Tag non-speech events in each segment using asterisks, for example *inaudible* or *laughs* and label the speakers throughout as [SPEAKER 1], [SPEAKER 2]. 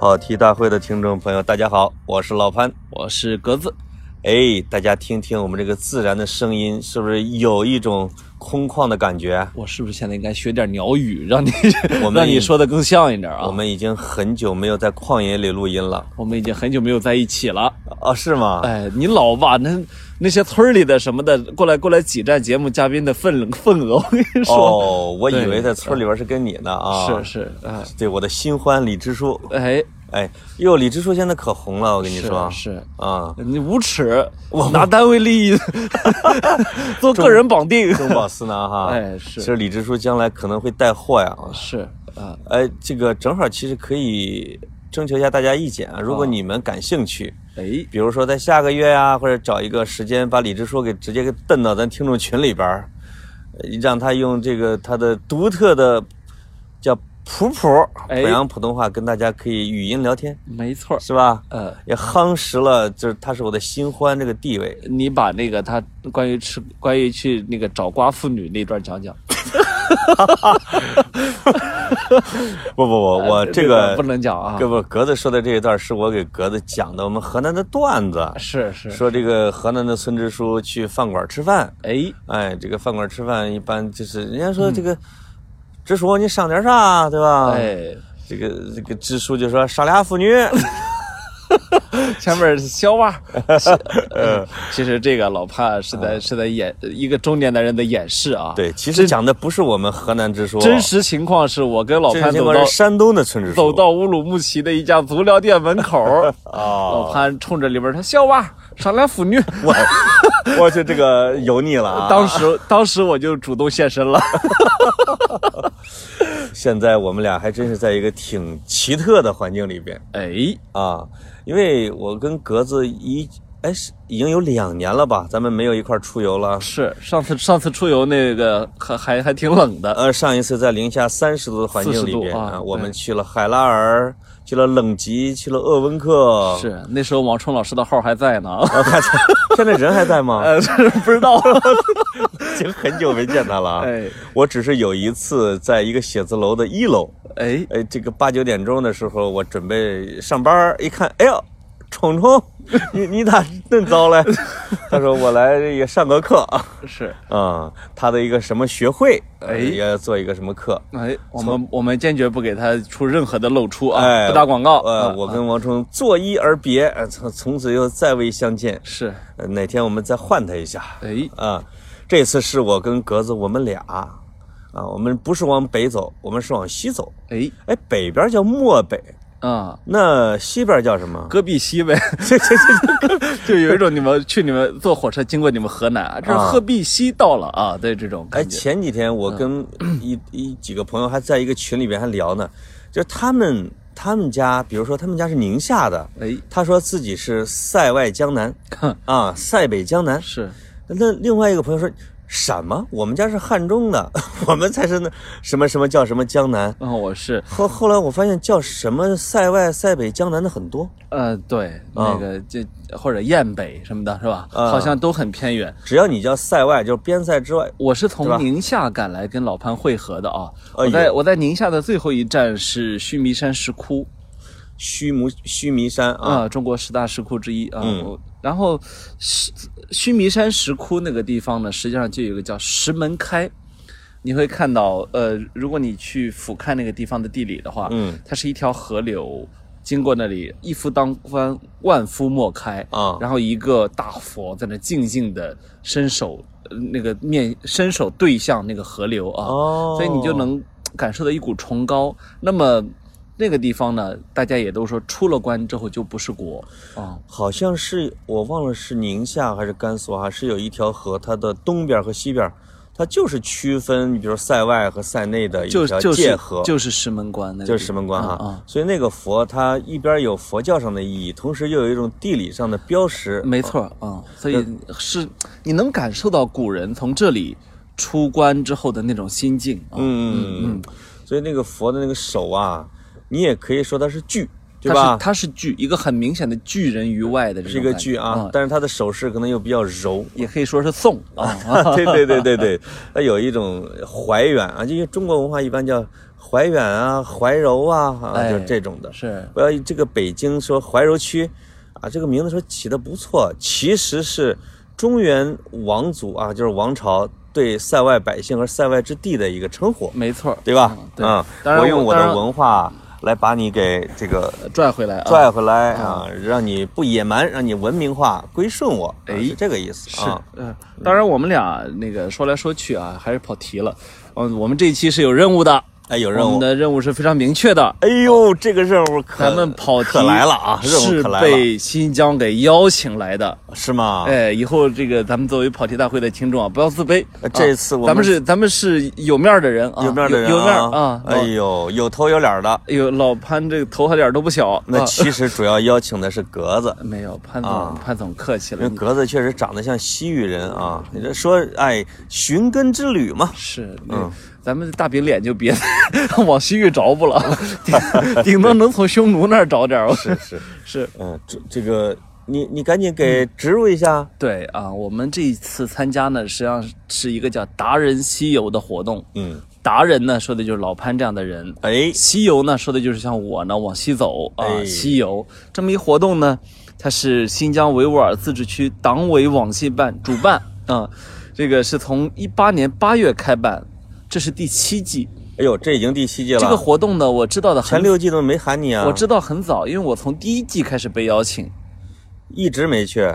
[SPEAKER 1] 跑题大会的听众朋友，大家好，我是老潘。
[SPEAKER 2] 我是格子，
[SPEAKER 1] 哎，大家听听我们这个自然的声音，是不是有一种空旷的感觉？
[SPEAKER 2] 我是不是现在应该学点鸟语，让你
[SPEAKER 1] 我们
[SPEAKER 2] *laughs* 让你说的更像一点啊？
[SPEAKER 1] 我们已经很久没有在旷野里录音了
[SPEAKER 2] 我们已经很久没有在一起了。
[SPEAKER 1] 啊，是吗？
[SPEAKER 2] 哎，你老把那那些村儿里的什么的过来过来挤占节目嘉宾的份份额，我跟你说，
[SPEAKER 1] 哦，我以
[SPEAKER 2] 对
[SPEAKER 1] 为在村里边是跟你呢啊。
[SPEAKER 2] 是。是，哎
[SPEAKER 1] 对，我的新欢李支书，
[SPEAKER 2] 哎，
[SPEAKER 1] 哎哟，李支书现在可红了，我跟你
[SPEAKER 2] 是
[SPEAKER 1] 说。
[SPEAKER 2] 是。
[SPEAKER 1] 啊，
[SPEAKER 2] 你无耻！我拿单位利益 *laughs* 做个人绑定，
[SPEAKER 1] 中饱私囊哈。
[SPEAKER 2] 哎是
[SPEAKER 1] 其实李支书将来可能会带货呀。
[SPEAKER 2] *laughs* 是啊，
[SPEAKER 1] 哎，这个正好其实可以征求一下大家意见啊，
[SPEAKER 2] 哦
[SPEAKER 1] 如果你们感兴趣。
[SPEAKER 2] 哎，
[SPEAKER 1] 比如说在下个月呀、或者找一个时间把李支书给直接给蹬到咱听众群里边儿，呃让他用这个他的独特的叫普普
[SPEAKER 2] 哎
[SPEAKER 1] 北洋普通话跟大家可以语音聊天，
[SPEAKER 2] 没错儿，
[SPEAKER 1] 是吧？
[SPEAKER 2] 呃，
[SPEAKER 1] 也夯实了，就是他是我的新欢这个地位。
[SPEAKER 2] 你把那个他关于吃、关于去那个找瓜妇女那段讲讲。
[SPEAKER 1] 不不不，我这个
[SPEAKER 2] 呃不能讲啊
[SPEAKER 1] 各，位格子说的这一段是我给格子讲的，我们河南的段子，
[SPEAKER 2] 是是，
[SPEAKER 1] 说这个河南的孙支书去饭馆吃饭，
[SPEAKER 2] 哎，
[SPEAKER 1] 哎，这个饭馆吃饭一般就是人家说这个，支书你上点啥，对吧？，
[SPEAKER 2] 嗯哎，
[SPEAKER 1] 这个这个支书就说上俩妇女，
[SPEAKER 2] 前面是小
[SPEAKER 1] *laughs*
[SPEAKER 2] 娃，
[SPEAKER 1] 嗯
[SPEAKER 2] 呃，其实这个老帕是在是在演一个中年男人的掩饰 *laughs* 啊。，
[SPEAKER 1] 对，其实讲的不是我们河南支书，
[SPEAKER 2] 真实情况是我跟老
[SPEAKER 1] 真实
[SPEAKER 2] 潘
[SPEAKER 1] 情
[SPEAKER 2] 走
[SPEAKER 1] 况
[SPEAKER 2] 到
[SPEAKER 1] 是山东的村支书，
[SPEAKER 2] 走到乌鲁木齐的一家足疗店门口，
[SPEAKER 1] 啊，
[SPEAKER 2] 老潘冲着里边说：“小娃，上来妇女。”
[SPEAKER 1] 我我去这个油腻了啊！
[SPEAKER 2] *laughs* 当时当时我就主动现身了。
[SPEAKER 1] 现在我们俩还真是在一个挺奇特的环境里边
[SPEAKER 2] 哎，
[SPEAKER 1] 啊，因为我跟格子一哎是已经有两年了吧，咱们没有一块儿出游了。
[SPEAKER 2] 是上次上次出游那个还还还挺冷的，
[SPEAKER 1] 呃，上一次在零下三十度的环境里
[SPEAKER 2] 40
[SPEAKER 1] 边
[SPEAKER 2] 度啊
[SPEAKER 1] 我们
[SPEAKER 2] 对
[SPEAKER 1] 去了海拉尔，去了冷极，去了鄂温克。
[SPEAKER 2] 是那时候王冲老师的号还在呢。
[SPEAKER 1] 啊，他现在人还在吗？
[SPEAKER 2] 呃， *laughs* 不
[SPEAKER 1] *laughs*
[SPEAKER 2] 知道。
[SPEAKER 1] 已经很久没见他了啊。
[SPEAKER 2] 哎
[SPEAKER 1] 我只是有一次在一个写字楼的一楼，
[SPEAKER 2] 哎，
[SPEAKER 1] 哎，这个八九点钟的时候，我准备上班儿，一看，哎呦，虫虫，你你咋恁早来？他说我来也上个课啊、
[SPEAKER 2] 是
[SPEAKER 1] 嗯，他的一个什么学会，
[SPEAKER 2] 哎
[SPEAKER 1] 呃也要做一个什么课。
[SPEAKER 2] 哎，我们我们坚决不给他出任何的露出啊，
[SPEAKER 1] 哎
[SPEAKER 2] 不打广告。
[SPEAKER 1] 呃，
[SPEAKER 2] 啊
[SPEAKER 1] 我
[SPEAKER 2] 啊
[SPEAKER 1] 跟王冲作揖而别，呃从从此又再未相见。
[SPEAKER 2] 是
[SPEAKER 1] 呃哪天我们再换他一下
[SPEAKER 2] 哎
[SPEAKER 1] 啊？这次是我跟格子，我们俩啊，我们不是往北走，我们是往西走。
[SPEAKER 2] 哎
[SPEAKER 1] 哎，北边叫漠北，
[SPEAKER 2] 啊，
[SPEAKER 1] 那西边叫什么？
[SPEAKER 2] 戈壁西呗， *laughs* 就有一种你们去你们坐火车经过你们河南啊，这是
[SPEAKER 1] 啊
[SPEAKER 2] 鹤壁西到了啊，对这种
[SPEAKER 1] 哎，
[SPEAKER 2] 感觉。
[SPEAKER 1] 前几天我跟一一几个朋友还在一个群里边还聊呢，就是他们他们家，比如说他们家是宁夏的，
[SPEAKER 2] 哎，
[SPEAKER 1] 他说自己是塞外江南啊，塞北江南。
[SPEAKER 2] 是
[SPEAKER 1] 那另外一个朋友说什么？我们家是汉中的， *laughs* 我们才是那什么什么叫什么江南。
[SPEAKER 2] 啊，我是
[SPEAKER 1] 后后来我发现叫什么塞外、塞北、江南的很多，
[SPEAKER 2] 呃，对
[SPEAKER 1] 啊
[SPEAKER 2] 那个这或者雁北什么的，是吧？
[SPEAKER 1] 啊
[SPEAKER 2] 好像都很偏远。
[SPEAKER 1] 只要你叫塞外，就是边塞之外。
[SPEAKER 2] 我是
[SPEAKER 1] 对吧
[SPEAKER 2] 从宁夏赶来跟老潘会合的啊，
[SPEAKER 1] 哎呦
[SPEAKER 2] 我在我在宁夏的最后一站是须弥山石窟。
[SPEAKER 1] 须弥须弥山啊，
[SPEAKER 2] 啊、中国十大石窟之一啊。
[SPEAKER 1] 嗯
[SPEAKER 2] 我然后须须弥山石窟那个地方呢，实际上就有一个叫石门开，你会看到，呃，如果你去俯瞰那个地方的地理的话，
[SPEAKER 1] 嗯，
[SPEAKER 2] 它是一条河流。经过那里，一夫当关，万夫莫开
[SPEAKER 1] 啊
[SPEAKER 2] 嗯然后一个大佛在那静静的伸手，呃那个面伸手对向那个河流啊。
[SPEAKER 1] 哦，
[SPEAKER 2] 所以你就能感受到一股崇高。那么那个地方呢，大家也都说出了关之后就不是国啊。
[SPEAKER 1] 好像是我忘了是宁夏还是甘肃啊，是有一条河，它的东边和西边，它就是区分，你比如塞外和塞内的一
[SPEAKER 2] 就
[SPEAKER 1] 条
[SPEAKER 2] 就
[SPEAKER 1] 界
[SPEAKER 2] 是
[SPEAKER 1] 河，
[SPEAKER 2] 就是石门关，那个
[SPEAKER 1] 就是
[SPEAKER 2] 地
[SPEAKER 1] 石门关哈。啊
[SPEAKER 2] 嗯嗯
[SPEAKER 1] 所以那个佛它一边有佛教上的意义，同时又有一种地理上的标识。
[SPEAKER 2] 没错啊、
[SPEAKER 1] 哦
[SPEAKER 2] 嗯所以是你能感受到古人从这里出关之后的那种心境啊。
[SPEAKER 1] 嗯嗯嗯。所以那个佛的那个手啊，你也可以说它是锯，对
[SPEAKER 2] 它
[SPEAKER 1] 吧
[SPEAKER 2] 是它是巨一个很明显的拒人于外的这种
[SPEAKER 1] 是一个
[SPEAKER 2] 感觉
[SPEAKER 1] 巨啊，但是它的手势可能又比较
[SPEAKER 2] *laughs*
[SPEAKER 1] 柔。
[SPEAKER 2] 也可以说是宋啊，
[SPEAKER 1] *laughs* 对对对对对，它有一种怀远啊，因为中国文化一般叫怀远啊、怀柔啊，啊，
[SPEAKER 2] 哎
[SPEAKER 1] 就是这种的。
[SPEAKER 2] 是
[SPEAKER 1] 不要这个北京说怀柔区啊，这个名字说起的不错，其实是中原王族啊，就是王朝对塞外百姓和塞外之地的一个称呼，
[SPEAKER 2] 没错，
[SPEAKER 1] 对吧？
[SPEAKER 2] 嗯对
[SPEAKER 1] 嗯，
[SPEAKER 2] 当然
[SPEAKER 1] 我用我
[SPEAKER 2] 当然
[SPEAKER 1] 的文化来把你给这个
[SPEAKER 2] 呃拽回来啊，
[SPEAKER 1] 拽回来啊，让你不野蛮，让你文明化，归顺我，啊
[SPEAKER 2] 哎
[SPEAKER 1] 是这个意思
[SPEAKER 2] 是
[SPEAKER 1] 啊。，
[SPEAKER 2] 嗯，当然我们俩那个说来说去啊，还是跑题了。嗯，我们这一期是有任务的，
[SPEAKER 1] 哎，有
[SPEAKER 2] 我
[SPEAKER 1] 任
[SPEAKER 2] 们
[SPEAKER 1] 务。
[SPEAKER 2] 的任务是非常明确的。
[SPEAKER 1] 哎呦，这个任务可
[SPEAKER 2] 咱们跑题
[SPEAKER 1] 可来了啊，任务
[SPEAKER 2] 是
[SPEAKER 1] 可来了，啊
[SPEAKER 2] 被新疆给邀请来的。
[SPEAKER 1] 是吗？
[SPEAKER 2] 哎，以后这个咱们作为跑题大会的听众啊，不要自卑。
[SPEAKER 1] 呃
[SPEAKER 2] 啊
[SPEAKER 1] 这次我们
[SPEAKER 2] 咱们是咱们是有面儿的人啊，
[SPEAKER 1] 有面儿的人
[SPEAKER 2] 有面儿
[SPEAKER 1] 啊
[SPEAKER 2] 啊，，
[SPEAKER 1] 哎呦，有头有脸的。
[SPEAKER 2] 哎呦，老潘这个头和脸都不小。
[SPEAKER 1] *laughs* 那
[SPEAKER 2] 啊，
[SPEAKER 1] 其实主要邀请的是格子
[SPEAKER 2] 没有潘总
[SPEAKER 1] 啊，
[SPEAKER 2] 潘总客气
[SPEAKER 1] 因为
[SPEAKER 2] 了。你
[SPEAKER 1] 格子确实长得像西域人啊。你这说，哎，寻根之旅嘛，
[SPEAKER 2] 是，那咱们大饼脸就别 *laughs* 往西域找补了，顶顶多能从匈奴那儿找点儿。是
[SPEAKER 1] 是，
[SPEAKER 2] *laughs* 是，
[SPEAKER 1] *laughs* 嗯，这这个你你赶紧给植入一下，
[SPEAKER 2] 对啊，我们这一次参加呢，实际上是一个叫“达人西游”的活动。
[SPEAKER 1] 嗯，
[SPEAKER 2] 达人呢，说的就是老潘这样的人；
[SPEAKER 1] 哎，
[SPEAKER 2] 西游呢，说的就是像我呢，往西走啊，
[SPEAKER 1] 哎
[SPEAKER 2] 西游这么一活动呢，它是新疆维吾尔自治区党委网信办主办啊，这个是从一八年八月开办，这是第七季。
[SPEAKER 1] 哎呦，这已经第七季了，
[SPEAKER 2] 这个活动呢，我知道的很
[SPEAKER 1] 前六季怎么没喊你啊？
[SPEAKER 2] 我知道很早，因为我从第一季开始被邀请。
[SPEAKER 1] 一直没去，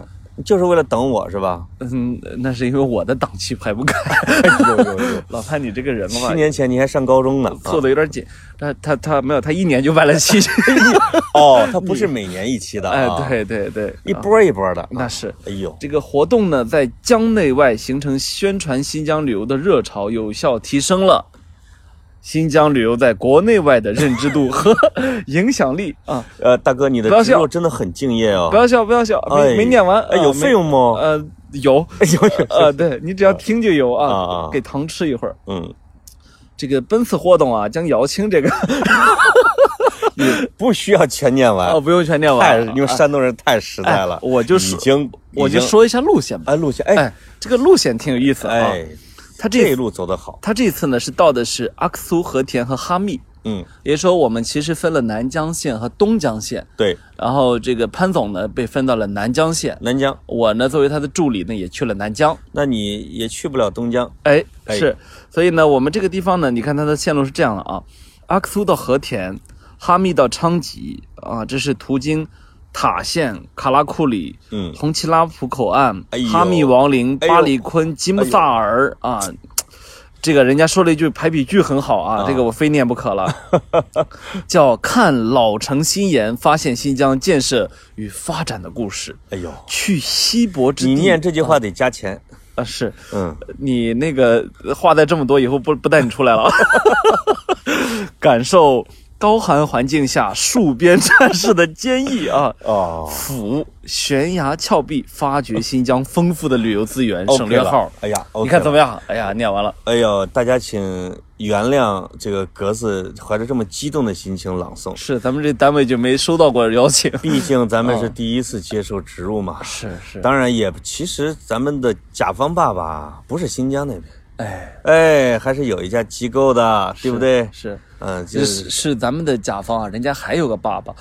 [SPEAKER 1] 就是为了等我是吧？
[SPEAKER 2] 嗯，那是因为我的档期排不开。
[SPEAKER 1] *laughs* 有有有，
[SPEAKER 2] 老潘，你这个人
[SPEAKER 1] *laughs* 七
[SPEAKER 2] 吧，
[SPEAKER 1] 年前你还上高中呢，啊
[SPEAKER 2] 凑的有点紧。他他他没有，他一年就办了七期。
[SPEAKER 1] 哦，它不是每年一期的 *laughs*
[SPEAKER 2] 哎，
[SPEAKER 1] 啊，，
[SPEAKER 2] 对对对，
[SPEAKER 1] 一
[SPEAKER 2] 啊
[SPEAKER 1] 波一波的，
[SPEAKER 2] 那是。
[SPEAKER 1] 哎呦，
[SPEAKER 2] 这个活动呢，在疆内外形成宣传新疆旅游的热潮，有效提升了新疆旅游在国内外的认知度和 *laughs* 影响力啊！
[SPEAKER 1] 呃，大哥，你的
[SPEAKER 2] 不要
[SPEAKER 1] 植入
[SPEAKER 2] 笑
[SPEAKER 1] 真的很敬业哦
[SPEAKER 2] 不。要笑，不要笑，
[SPEAKER 1] 哎
[SPEAKER 2] 没没念完。
[SPEAKER 1] 哎，
[SPEAKER 2] 啊
[SPEAKER 1] 有费？用
[SPEAKER 2] 没
[SPEAKER 1] 吗？
[SPEAKER 2] 呃，有，
[SPEAKER 1] 哎呦，有有
[SPEAKER 2] 呃，对你只要听就有
[SPEAKER 1] 啊
[SPEAKER 2] 啊
[SPEAKER 1] 啊，
[SPEAKER 2] 给糖吃一会儿。
[SPEAKER 1] 嗯，
[SPEAKER 2] 这个本次活动啊，将姚
[SPEAKER 1] *laughs*
[SPEAKER 2] 青这个
[SPEAKER 1] 不需要全念完
[SPEAKER 2] 哦，，不用全念
[SPEAKER 1] 啊太
[SPEAKER 2] 完，
[SPEAKER 1] 你们山东人太实在了
[SPEAKER 2] 哎。我就说
[SPEAKER 1] 已经，
[SPEAKER 2] 我
[SPEAKER 1] 已
[SPEAKER 2] 就
[SPEAKER 1] 经
[SPEAKER 2] 说一下路线吧。
[SPEAKER 1] 哎，路线，哎
[SPEAKER 2] 哎，这个路线挺有意思啊。
[SPEAKER 1] 哎，
[SPEAKER 2] 他
[SPEAKER 1] 这一
[SPEAKER 2] 这
[SPEAKER 1] 路走得好，
[SPEAKER 2] 他这次呢是到的是阿克苏、和田和哈密，
[SPEAKER 1] 嗯，
[SPEAKER 2] 也就是说我们其实分了南疆线和东疆线，
[SPEAKER 1] 对，
[SPEAKER 2] 然后这个潘总呢被分到了南疆线，
[SPEAKER 1] 南疆，
[SPEAKER 2] 我呢作为他的助理呢也去了南疆。
[SPEAKER 1] 那你也去不了东疆，
[SPEAKER 2] 哎，
[SPEAKER 1] 哎
[SPEAKER 2] 是，所以呢，我们这个地方呢，你看它的线路是这样的啊，阿克苏到和田，哈密到昌吉啊，这是途经塔县、卡拉库里、
[SPEAKER 1] 嗯，
[SPEAKER 2] 红旗拉甫口岸、
[SPEAKER 1] 哎呦
[SPEAKER 2] 哈密王陵、
[SPEAKER 1] 哎呦哎
[SPEAKER 2] 巴里坤、吉木萨尔、啊。这个人家说了一句排比句很好啊，
[SPEAKER 1] 啊
[SPEAKER 2] 这个我非念不可
[SPEAKER 1] *laughs*
[SPEAKER 2] 了，叫“看老城新颜，发现新疆建设与发展的故事，
[SPEAKER 1] 哎呦，
[SPEAKER 2] 去西伯之地”嗯
[SPEAKER 1] 你念这句话得加钱，
[SPEAKER 2] 啊是，
[SPEAKER 1] 嗯，
[SPEAKER 2] 你那个呃话带这么多，以后不不带你出来了。 *laughs* 感受高寒环境下戍边战士的坚毅啊！
[SPEAKER 1] 哦，
[SPEAKER 2] 俯悬崖峭壁，发掘新疆丰富的旅游资源。省略
[SPEAKER 1] OK 了
[SPEAKER 2] 号，，
[SPEAKER 1] 哎呀，
[SPEAKER 2] 你看怎
[SPEAKER 1] 么？
[SPEAKER 2] 么样？哎呀，念完了。
[SPEAKER 1] 哎呦，大家请原谅这个格子怀着这么激动的心情朗诵，
[SPEAKER 2] 是，咱们这单位就没收到过邀请。
[SPEAKER 1] 毕竟咱们是第一次接受植入嘛。
[SPEAKER 2] 嗯是是，
[SPEAKER 1] 当然也，其实咱们的甲方爸爸不是新疆那边，
[SPEAKER 2] 哎，
[SPEAKER 1] 哎，还是有一家机构的，对不对？
[SPEAKER 2] 是。
[SPEAKER 1] 嗯，就是是
[SPEAKER 2] 是咱们的甲方啊，人家还有个爸爸，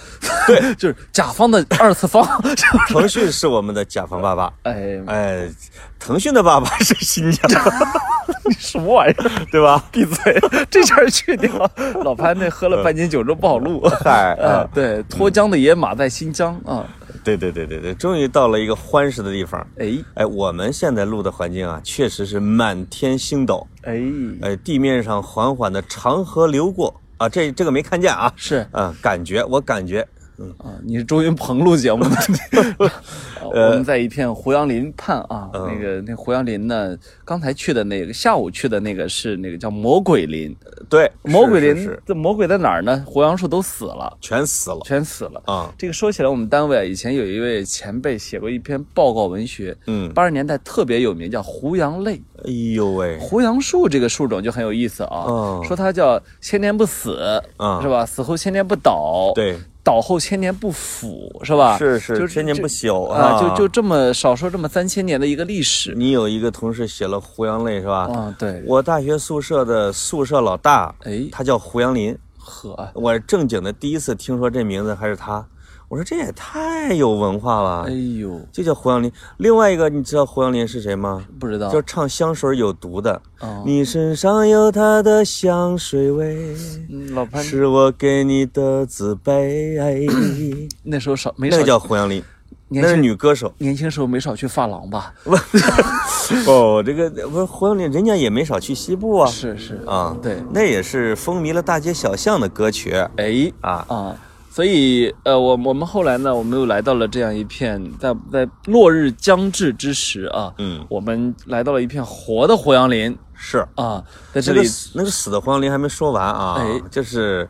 [SPEAKER 2] 对， *laughs* 就是甲方的二次方， *laughs*
[SPEAKER 1] 哎
[SPEAKER 2] 是不是
[SPEAKER 1] 腾讯是我们的甲方爸爸。
[SPEAKER 2] *laughs* 哎，
[SPEAKER 1] 哎，腾讯的爸爸是新疆，
[SPEAKER 2] 你什么玩意儿？ *laughs*
[SPEAKER 1] 对吧？
[SPEAKER 2] 闭嘴，这茬儿去掉。老潘那喝了半斤酒之后不好录。
[SPEAKER 1] 嗨，
[SPEAKER 2] *laughs* 哎
[SPEAKER 1] 啊，，
[SPEAKER 2] 对，脱缰的野马在新疆啊，
[SPEAKER 1] 嗯对对对对对，终于到了一个欢实的地方。
[SPEAKER 2] 哎
[SPEAKER 1] 哎，我们现在录的环境啊，确实是满天星斗，
[SPEAKER 2] 哎，
[SPEAKER 1] 哎，地面上缓缓的长河流过啊，这这个没看见啊，
[SPEAKER 2] 是
[SPEAKER 1] 啊，感觉我感觉，
[SPEAKER 2] 啊，你是周云鹏录节目 *laughs* 的，啊我们在一片胡杨林畔啊，那个那胡杨林呢，刚才去的那个下午去的那个是那个叫魔鬼林，
[SPEAKER 1] 对，
[SPEAKER 2] 魔鬼
[SPEAKER 1] 是
[SPEAKER 2] 林
[SPEAKER 1] 是是
[SPEAKER 2] 这魔鬼在哪儿呢？胡杨树都死了，
[SPEAKER 1] 全死了
[SPEAKER 2] 全死了。
[SPEAKER 1] 啊，
[SPEAKER 2] 这个说起来，我们单位啊，以前有一位前辈写过一篇报告文学，
[SPEAKER 1] 嗯，
[SPEAKER 2] 八十年代特别有名，叫《胡杨泪》。
[SPEAKER 1] 哎呦喂，
[SPEAKER 2] 胡杨树这个树种就很有意思啊，
[SPEAKER 1] 哦
[SPEAKER 2] 说它叫千年不死，
[SPEAKER 1] 啊
[SPEAKER 2] 是吧？死后千年不倒，， *laughs*
[SPEAKER 1] 对，
[SPEAKER 2] 倒后千年不腐，是吧？
[SPEAKER 1] 是是，
[SPEAKER 2] 就
[SPEAKER 1] 千年不朽
[SPEAKER 2] 啊，就就这么少说这么三千年的一个历史。
[SPEAKER 1] 你有一个同事写了胡杨泪是吧？
[SPEAKER 2] 啊，对，
[SPEAKER 1] 我大学宿舍的宿舍老大，
[SPEAKER 2] 哎，
[SPEAKER 1] 他叫胡杨林，
[SPEAKER 2] 呵，
[SPEAKER 1] 我正经的第一次听说这名字还是他。我说这也太有文化了，
[SPEAKER 2] 哎呦，
[SPEAKER 1] 就叫胡杨林。另外一个，你知道胡杨林是谁吗？
[SPEAKER 2] 不知道，
[SPEAKER 1] 就是唱香水有毒的。
[SPEAKER 2] 哦
[SPEAKER 1] 你身上有他的香水味，
[SPEAKER 2] 嗯老潘
[SPEAKER 1] 是我给你的自卑。哎
[SPEAKER 2] 那时候少没
[SPEAKER 1] 那
[SPEAKER 2] 少
[SPEAKER 1] 个叫胡杨林，
[SPEAKER 2] 年
[SPEAKER 1] 那是
[SPEAKER 2] 轻
[SPEAKER 1] 女歌手。 *laughs*
[SPEAKER 2] 年轻时候没少去发廊吧？
[SPEAKER 1] 哦，这个不是胡杨林，人家也没少去西部啊。
[SPEAKER 2] 是是，
[SPEAKER 1] 啊，
[SPEAKER 2] 对，
[SPEAKER 1] 那也是风靡了大街小巷的歌曲
[SPEAKER 2] 哎
[SPEAKER 1] 啊。
[SPEAKER 2] 啊，所以呃，我我们后来呢，我们又来到了这样一片在在落日将至之时啊，
[SPEAKER 1] 嗯，
[SPEAKER 2] 我们来到了一片活的胡杨林
[SPEAKER 1] 是。
[SPEAKER 2] 啊，在这
[SPEAKER 1] 那个
[SPEAKER 2] 里
[SPEAKER 1] 死那个死的黄林还没说完啊，
[SPEAKER 2] 哎
[SPEAKER 1] 就是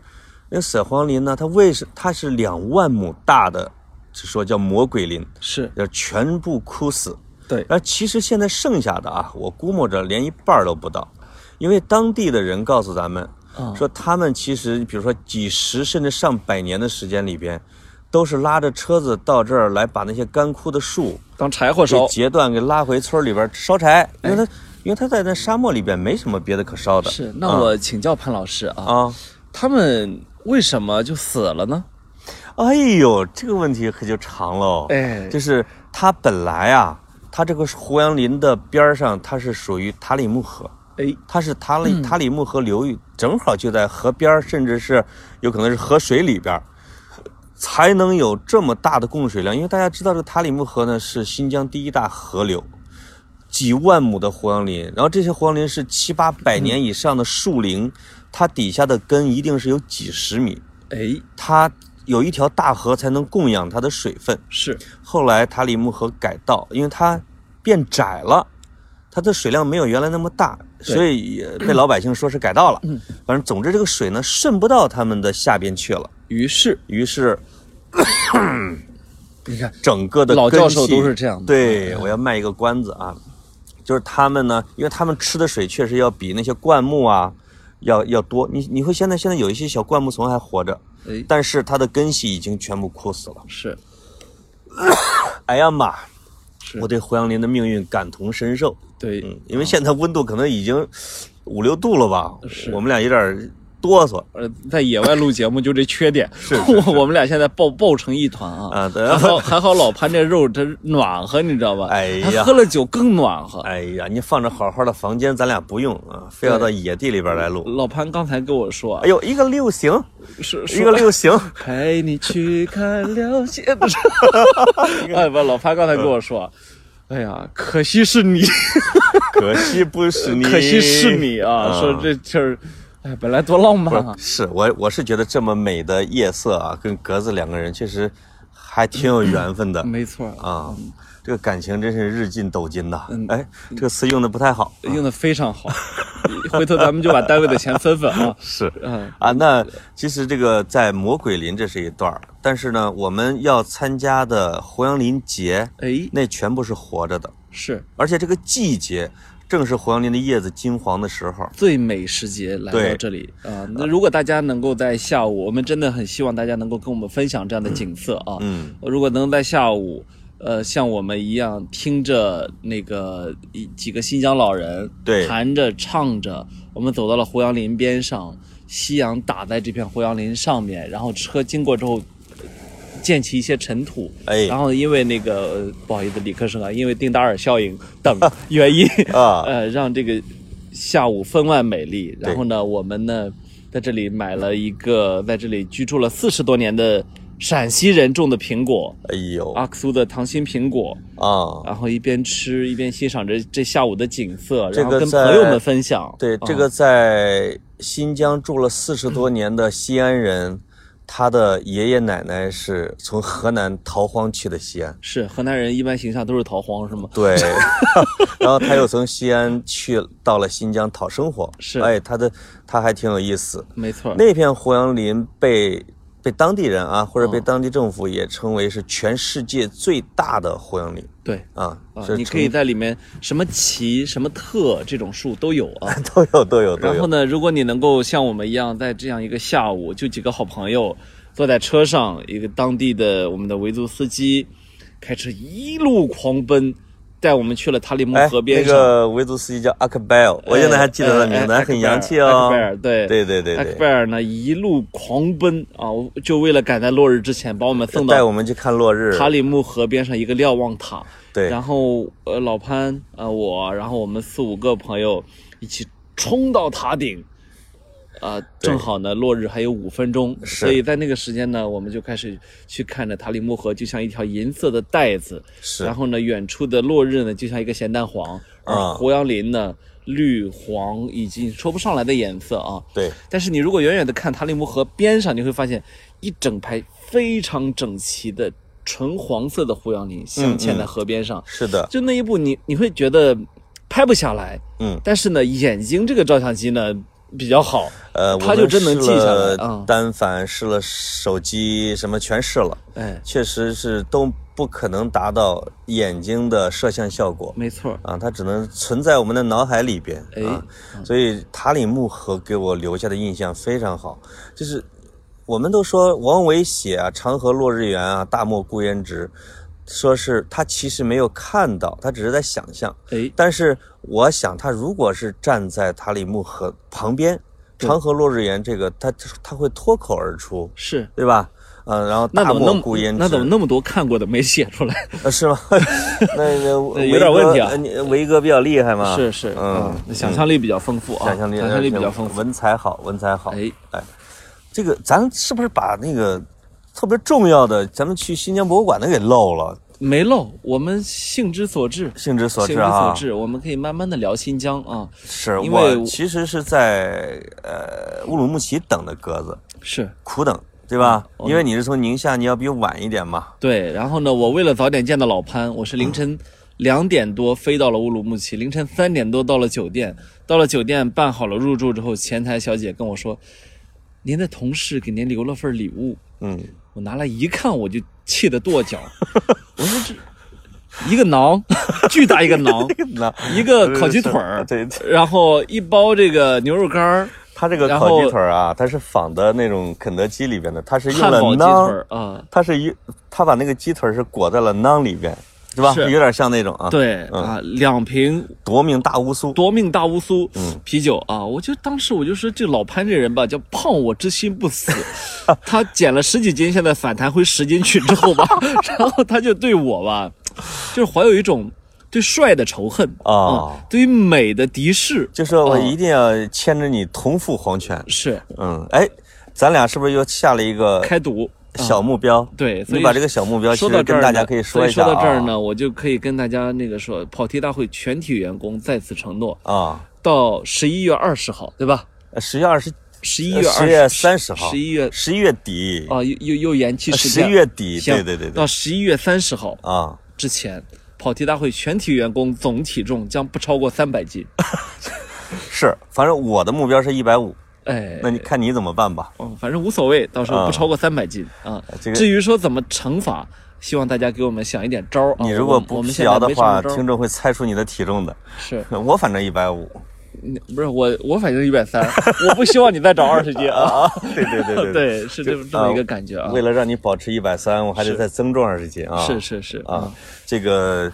[SPEAKER 1] 那个死的黄林呢，它为什它是两万亩大的，就说叫魔鬼林，
[SPEAKER 2] 是
[SPEAKER 1] 要全部枯死。
[SPEAKER 2] 对，
[SPEAKER 1] 而其实现在剩下的啊，我估摸着连一半儿都不到，因为当地的人告诉咱们，
[SPEAKER 2] 啊
[SPEAKER 1] 说他们其实比如说几十甚至上百年的时间里边，都是拉着车子到这儿来把那些干枯的树
[SPEAKER 2] 当柴火
[SPEAKER 1] 给
[SPEAKER 2] 烧，哎
[SPEAKER 1] 截断，给拉回村里边烧柴，因为它因为它在那沙漠里边没什么别的可烧的。
[SPEAKER 2] 是。那我请教潘老师啊，
[SPEAKER 1] 啊，
[SPEAKER 2] 他们为什么就死了呢？
[SPEAKER 1] 哎呦，这个问题可就长哦喽。
[SPEAKER 2] 哎
[SPEAKER 1] 就是它本来啊，它这个胡杨林的边儿上，它是属于塔里木河，
[SPEAKER 2] 哎，
[SPEAKER 1] 它是塔里塔里木河流域，正好就在河边儿，甚至是有可能是河水里边儿，才能有这么大的供水量。因为大家知道，这个塔里木河呢是新疆第一大河流。几万亩的胡杨林，然后这些胡杨林是七八百年以上的树龄，它底下的根一定是有几十米，
[SPEAKER 2] 哎，
[SPEAKER 1] 它有一条大河才能供养它的水分。
[SPEAKER 2] 是
[SPEAKER 1] 后来塔里木河改道，因为它变窄了，它的水量没有原来那么大，
[SPEAKER 2] 对嗯
[SPEAKER 1] 所以也被老百姓说是改道了。反正总之这个水呢渗不到他们的下边去了，
[SPEAKER 2] 于是
[SPEAKER 1] 于是
[SPEAKER 2] 你看，
[SPEAKER 1] 整个的
[SPEAKER 2] 老
[SPEAKER 1] 根
[SPEAKER 2] 教授
[SPEAKER 1] 系
[SPEAKER 2] 都是这样的
[SPEAKER 1] 对，我要卖一个关子啊，就是他们呢，因为他们吃的水确实要比那些灌木啊要要多。你你会现在现在有一些小灌木丛还活着，
[SPEAKER 2] 哎，
[SPEAKER 1] 但是它的根系已经全部枯死了。
[SPEAKER 2] 是
[SPEAKER 1] 哎呀妈！
[SPEAKER 2] 是
[SPEAKER 1] 我对胡杨林的命运感同身受，
[SPEAKER 2] 对，
[SPEAKER 1] 嗯，因为现在温度可能已经五六度了吧，
[SPEAKER 2] 是
[SPEAKER 1] 我们俩有点哆嗦
[SPEAKER 2] 呃，在野外录节目就这缺点，
[SPEAKER 1] 是是
[SPEAKER 2] *laughs* 我们俩现在抱抱成一团啊。
[SPEAKER 1] 啊，对
[SPEAKER 2] 还，好 *laughs* 还好，老潘这肉这暖和，你知道吧？
[SPEAKER 1] 哎呀
[SPEAKER 2] 他喝了酒更暖和。
[SPEAKER 1] *laughs* 哎呀，你放着好好的房间，咱俩不用啊，非要到野地里边来录，
[SPEAKER 2] 老潘刚才跟我说，
[SPEAKER 1] 哎呦，一个六行，
[SPEAKER 2] 是
[SPEAKER 1] 一个
[SPEAKER 2] 说
[SPEAKER 1] 六
[SPEAKER 2] *laughs*
[SPEAKER 1] 行，
[SPEAKER 2] 陪你去看了解，不是？
[SPEAKER 1] *laughs*
[SPEAKER 2] *laughs* 哎，不，老潘刚才跟我说，
[SPEAKER 1] 嗯
[SPEAKER 2] 哎呀，可惜是你，
[SPEAKER 1] 可惜不是你，
[SPEAKER 2] *laughs*
[SPEAKER 1] 嗯
[SPEAKER 2] 可惜是你啊！说这事儿，哎，本来多浪漫啊
[SPEAKER 1] 不。是，是我我是觉得这么美的夜色啊，跟格子两个人确实还挺
[SPEAKER 2] 嗯
[SPEAKER 1] 有缘分的
[SPEAKER 2] 没错，
[SPEAKER 1] 啊，
[SPEAKER 2] 嗯
[SPEAKER 1] 这个感情真是日进斗金呐，哎，这个词用的不太好，
[SPEAKER 2] 用的非常好。回头咱们就把单位的钱分分啊。
[SPEAKER 1] 是，
[SPEAKER 2] 嗯，
[SPEAKER 1] 啊，那其实这个在魔鬼林这是一段儿，但是呢，我们要参加的胡杨林节，
[SPEAKER 2] 哎，
[SPEAKER 1] 那全部是活着的，
[SPEAKER 2] 是
[SPEAKER 1] 而且这个季节正是胡杨林的叶子金黄的时候。
[SPEAKER 2] 最美时节来到
[SPEAKER 1] 对
[SPEAKER 2] 这里啊、那如果大家能够在下午，我们真的很希望大家能够跟我们分享这样的景色啊。
[SPEAKER 1] 嗯，
[SPEAKER 2] 如果能在下午，呃，像我们一样听着那个一几个新疆老人
[SPEAKER 1] 对
[SPEAKER 2] 弹着唱着，我们走到了胡杨林边上，夕阳打在这片胡杨林上面，然后车经过之后。溅起一些尘土，
[SPEAKER 1] 哎
[SPEAKER 2] 然后因为那个、呃不好意思，理科生啊，因为丁达尔效应等原因
[SPEAKER 1] 啊
[SPEAKER 2] 呃，让这个下午分外美丽。
[SPEAKER 1] 对
[SPEAKER 2] 然后呢，我们呢在这里买了一个在这里居住了四十多年的陕西人种的苹果，
[SPEAKER 1] 哎呦
[SPEAKER 2] 阿克苏的糖心苹果。
[SPEAKER 1] 啊！
[SPEAKER 2] 然后一边吃一边欣赏着这下午的景色，
[SPEAKER 1] 这
[SPEAKER 2] 然
[SPEAKER 1] 个
[SPEAKER 2] 后跟
[SPEAKER 1] 在
[SPEAKER 2] 朋友们分享。
[SPEAKER 1] 对，
[SPEAKER 2] 啊
[SPEAKER 1] 这个在新疆住了四十多年的西安人，他的爷爷奶奶是从河南逃荒去的西安。
[SPEAKER 2] 是河南人一般形象都是逃荒是吗？
[SPEAKER 1] 对， *laughs* 然后他又从西安去到了新疆讨生活，
[SPEAKER 2] 是
[SPEAKER 1] 哎，他的他还挺有意思。
[SPEAKER 2] 没错儿，
[SPEAKER 1] 那片胡杨林被被当地人啊，或者
[SPEAKER 2] 哦
[SPEAKER 1] 被当地政府也称为是全世界最大的胡杨林
[SPEAKER 2] 对。
[SPEAKER 1] 啊，
[SPEAKER 2] 啊，
[SPEAKER 1] 是
[SPEAKER 2] 你可
[SPEAKER 1] 成
[SPEAKER 2] 以在里面什么奇、什么特这种树都有啊。
[SPEAKER 1] *laughs* 都有都有都
[SPEAKER 2] 然后
[SPEAKER 1] 有，
[SPEAKER 2] 呢，如果你能够像我们一样，在这样一个下午，就几个好朋友，坐在车上，一个当地的我们的维族司机开车一路狂奔，带我们去了塔里木
[SPEAKER 1] 哎
[SPEAKER 2] 河，边
[SPEAKER 1] 那
[SPEAKER 2] 上。
[SPEAKER 1] 个维族司机叫阿克拜尔，我现在还记得他的名字，
[SPEAKER 2] 哎哎
[SPEAKER 1] 还很洋气哦
[SPEAKER 2] 埃克贝。尔，对
[SPEAKER 1] 对对对
[SPEAKER 2] 埃克
[SPEAKER 1] 对
[SPEAKER 2] 贝，尔呢一路狂奔啊，我就为了赶在落日之前把我们送
[SPEAKER 1] 带
[SPEAKER 2] 到
[SPEAKER 1] 我们去看落日。
[SPEAKER 2] 塔里木河边上一个瞭望塔。
[SPEAKER 1] 对，
[SPEAKER 2] 然后呃，老潘呃我，然后我们四五个朋友一起冲到塔顶，啊、
[SPEAKER 1] 对
[SPEAKER 2] 正好呢落日还有五分钟，
[SPEAKER 1] 是
[SPEAKER 2] 所以在那个时间呢，我们就开始去看着塔里木河，就像一条银色的带子，
[SPEAKER 1] 是
[SPEAKER 2] 然后呢远处的落日呢就像一个咸蛋黄，而
[SPEAKER 1] 啊
[SPEAKER 2] 胡杨林呢绿黄已经说不上来的颜色啊，
[SPEAKER 1] 对，
[SPEAKER 2] 但是你如果远远的看塔里木河边上，你会发现一整排非常整齐的纯黄色的胡杨林镶嵌在
[SPEAKER 1] 嗯
[SPEAKER 2] 河边上。
[SPEAKER 1] 是的，
[SPEAKER 2] 就那一步你，你会觉得拍不下来，
[SPEAKER 1] 嗯，
[SPEAKER 2] 但是呢，眼睛这个照相机呢比较好，
[SPEAKER 1] 呃，
[SPEAKER 2] 他就真能记下来
[SPEAKER 1] 啊
[SPEAKER 2] 啊。
[SPEAKER 1] 单反试了手机，什么全试了，
[SPEAKER 2] 哎，
[SPEAKER 1] 确实是都不可能达到眼睛的摄像效果。
[SPEAKER 2] 没错，
[SPEAKER 1] 啊，它只能存在我们的脑海里边
[SPEAKER 2] 哎
[SPEAKER 1] 啊。所以塔里木河给我留下的印象非常好，就是我们都说王维写啊“长河落日圆”啊“大漠孤烟直”，说是他其实没有看到，他只是在想象。
[SPEAKER 2] 哎，
[SPEAKER 1] 但是我想，他如果是站在塔里木河旁边，“长河落日圆”这个，他他会脱口而出，
[SPEAKER 2] 是。
[SPEAKER 1] 对吧？嗯、然后
[SPEAKER 2] 那
[SPEAKER 1] 大
[SPEAKER 2] 怎么那
[SPEAKER 1] 漠孤
[SPEAKER 2] 么
[SPEAKER 1] 烟直，
[SPEAKER 2] 那怎么那么多看过的没写出来？
[SPEAKER 1] 呃，是
[SPEAKER 2] *laughs*
[SPEAKER 1] 吗？那那
[SPEAKER 2] 有点
[SPEAKER 1] 维哥
[SPEAKER 2] 问题啊
[SPEAKER 1] 呃你维哥比较厉害嘛？
[SPEAKER 2] 是是，
[SPEAKER 1] 嗯，
[SPEAKER 2] 想象力比较丰富啊，
[SPEAKER 1] 想象力，
[SPEAKER 2] 比较丰富。
[SPEAKER 1] 文采好，文采好。
[SPEAKER 2] 哎，
[SPEAKER 1] 这个咱是不是把那个特别重要的，咱们去新疆博物馆的给漏了？
[SPEAKER 2] 没漏，我们兴之所至，
[SPEAKER 1] 兴之所
[SPEAKER 2] 兴
[SPEAKER 1] 至
[SPEAKER 2] 之所
[SPEAKER 1] 啊，
[SPEAKER 2] 至，我们可以慢慢的聊新疆啊。
[SPEAKER 1] 是
[SPEAKER 2] 因为
[SPEAKER 1] 我其实是在呃乌鲁木齐等的鸽子，
[SPEAKER 2] 是
[SPEAKER 1] 苦等，对
[SPEAKER 2] 嗯
[SPEAKER 1] 吧？
[SPEAKER 2] 哦
[SPEAKER 1] 因为你是从宁夏，你要比我晚一点
[SPEAKER 2] *laughs*
[SPEAKER 1] 嘛。
[SPEAKER 2] 对，然后呢，我为了早点见到老潘，我是凌
[SPEAKER 1] 嗯
[SPEAKER 2] 晨两点多飞到了乌鲁木齐，凌晨三点多到了酒店，到了酒店办好了入住之后，前台小姐跟我说，您的同事给您留了份礼物，
[SPEAKER 1] 嗯，
[SPEAKER 2] 我拿来一看，我就气得跺
[SPEAKER 1] *laughs*
[SPEAKER 2] 脚，我说这一个馕，巨大一个
[SPEAKER 1] *laughs*
[SPEAKER 2] 馕，
[SPEAKER 1] 那呃
[SPEAKER 2] 一个呃烤鸡腿儿，
[SPEAKER 1] 对，对
[SPEAKER 2] 然后一包这个牛肉干儿。
[SPEAKER 1] 它这个
[SPEAKER 2] 然
[SPEAKER 1] 烤
[SPEAKER 2] 后
[SPEAKER 1] 鸡腿儿啊，它是仿的那种肯德基里边的，它是用
[SPEAKER 2] 汉
[SPEAKER 1] 了
[SPEAKER 2] 堡鸡腿
[SPEAKER 1] 馕，
[SPEAKER 2] 儿啊，
[SPEAKER 1] 它是一，它把那个鸡腿儿是裹在了馕里边，是吧？
[SPEAKER 2] 是
[SPEAKER 1] 有点像那种啊，
[SPEAKER 2] *laughs* 对啊，两瓶
[SPEAKER 1] 夺命大乌苏，
[SPEAKER 2] 夺命大乌苏
[SPEAKER 1] 嗯
[SPEAKER 2] 啤酒啊，我就当时我就说这老潘这人吧，叫胖我之心
[SPEAKER 1] *laughs*
[SPEAKER 2] 不死，他减了十几斤，现在反弹回十斤去之后
[SPEAKER 1] *laughs*
[SPEAKER 2] 吧，然后他就对我吧，就是怀有一种对帅的仇恨
[SPEAKER 1] 哦
[SPEAKER 2] 啊，对于美的敌视，
[SPEAKER 1] 就说我
[SPEAKER 2] 哦
[SPEAKER 1] 一定要牵着你同赴黄泉。
[SPEAKER 2] 是
[SPEAKER 1] 嗯，哎，咱俩是不是又下了一个
[SPEAKER 2] 开赌。
[SPEAKER 1] 小目标？
[SPEAKER 2] 对所以
[SPEAKER 1] 你把这个小目标呃其
[SPEAKER 2] 说
[SPEAKER 1] 实
[SPEAKER 2] 到这
[SPEAKER 1] 跟
[SPEAKER 2] 儿呢，
[SPEAKER 1] 大家可以
[SPEAKER 2] 所
[SPEAKER 1] 说
[SPEAKER 2] 以
[SPEAKER 1] 一下
[SPEAKER 2] 说
[SPEAKER 1] 啊。
[SPEAKER 2] 到这儿呢，我就可以跟大家那个说，跑题大会全体员工再次承诺，
[SPEAKER 1] 啊，
[SPEAKER 2] 到十一月二十号，对吧？
[SPEAKER 1] 十月二十，
[SPEAKER 2] 十一月
[SPEAKER 1] 10
[SPEAKER 2] 二
[SPEAKER 1] 呃月30号
[SPEAKER 2] 十一月
[SPEAKER 1] 十一月底，呃
[SPEAKER 2] 啊，又又又延期十
[SPEAKER 1] 十
[SPEAKER 2] 天
[SPEAKER 1] 一。月底，
[SPEAKER 2] 行哦
[SPEAKER 1] 对对对对
[SPEAKER 2] 到，十一月三十号
[SPEAKER 1] 啊，
[SPEAKER 2] 之前，跑题大会全体员工总体重将不超过三百斤。
[SPEAKER 1] 是，反正我的目标是一百五，
[SPEAKER 2] 哎，
[SPEAKER 1] 那你看你怎么办吧。
[SPEAKER 2] 哦反正无所谓，到时候
[SPEAKER 1] 啊
[SPEAKER 2] 不超过三百斤啊
[SPEAKER 1] 这。个
[SPEAKER 2] 至于说怎么惩罚，希望大家给我们想一点招儿啊。
[SPEAKER 1] 你如果
[SPEAKER 2] 我们
[SPEAKER 1] 不
[SPEAKER 2] 我们
[SPEAKER 1] 辟
[SPEAKER 2] 现在
[SPEAKER 1] 谣的
[SPEAKER 2] 没什
[SPEAKER 1] 话，
[SPEAKER 2] 么招儿
[SPEAKER 1] 听众会猜出你的体重的。
[SPEAKER 2] 是
[SPEAKER 1] 我反正一百
[SPEAKER 2] *laughs*
[SPEAKER 1] 五
[SPEAKER 2] 你不是我我反正一百三，我不希望你再长二十斤啊。 *laughs*
[SPEAKER 1] 啊，对对对 *laughs* 对对。
[SPEAKER 2] 对，是这么这么一个感觉啊
[SPEAKER 1] 为。了让你保持一百三，我还得
[SPEAKER 2] 是
[SPEAKER 1] 再增重二十斤啊！
[SPEAKER 2] 是是是
[SPEAKER 1] 啊，，这个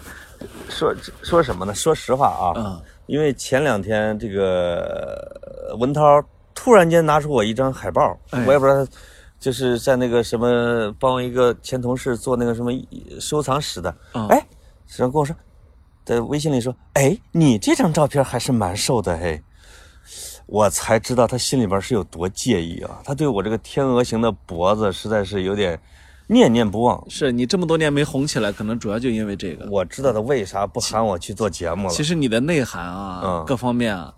[SPEAKER 1] 说说什么呢？说实话啊，
[SPEAKER 2] 嗯
[SPEAKER 1] 因为前两天这个呃文涛突然间拿出我一张海报，
[SPEAKER 2] 哎
[SPEAKER 1] 我也不知道他就是在那个什么帮一个前同事做那个什么收藏室的，
[SPEAKER 2] 嗯
[SPEAKER 1] 哎，然后跟我说，在微信里说，哎，你这张照片还是蛮瘦的嘿。我才知道他心里边是有多介意啊！他对我这个天鹅型的脖子实在是有点念念不忘，
[SPEAKER 2] 是你这么多年没红起来，可能主要就因为这个。
[SPEAKER 1] 我知道他为啥不喊我去做节目了
[SPEAKER 2] 其。实你的内涵啊，
[SPEAKER 1] 嗯
[SPEAKER 2] 各方面啊，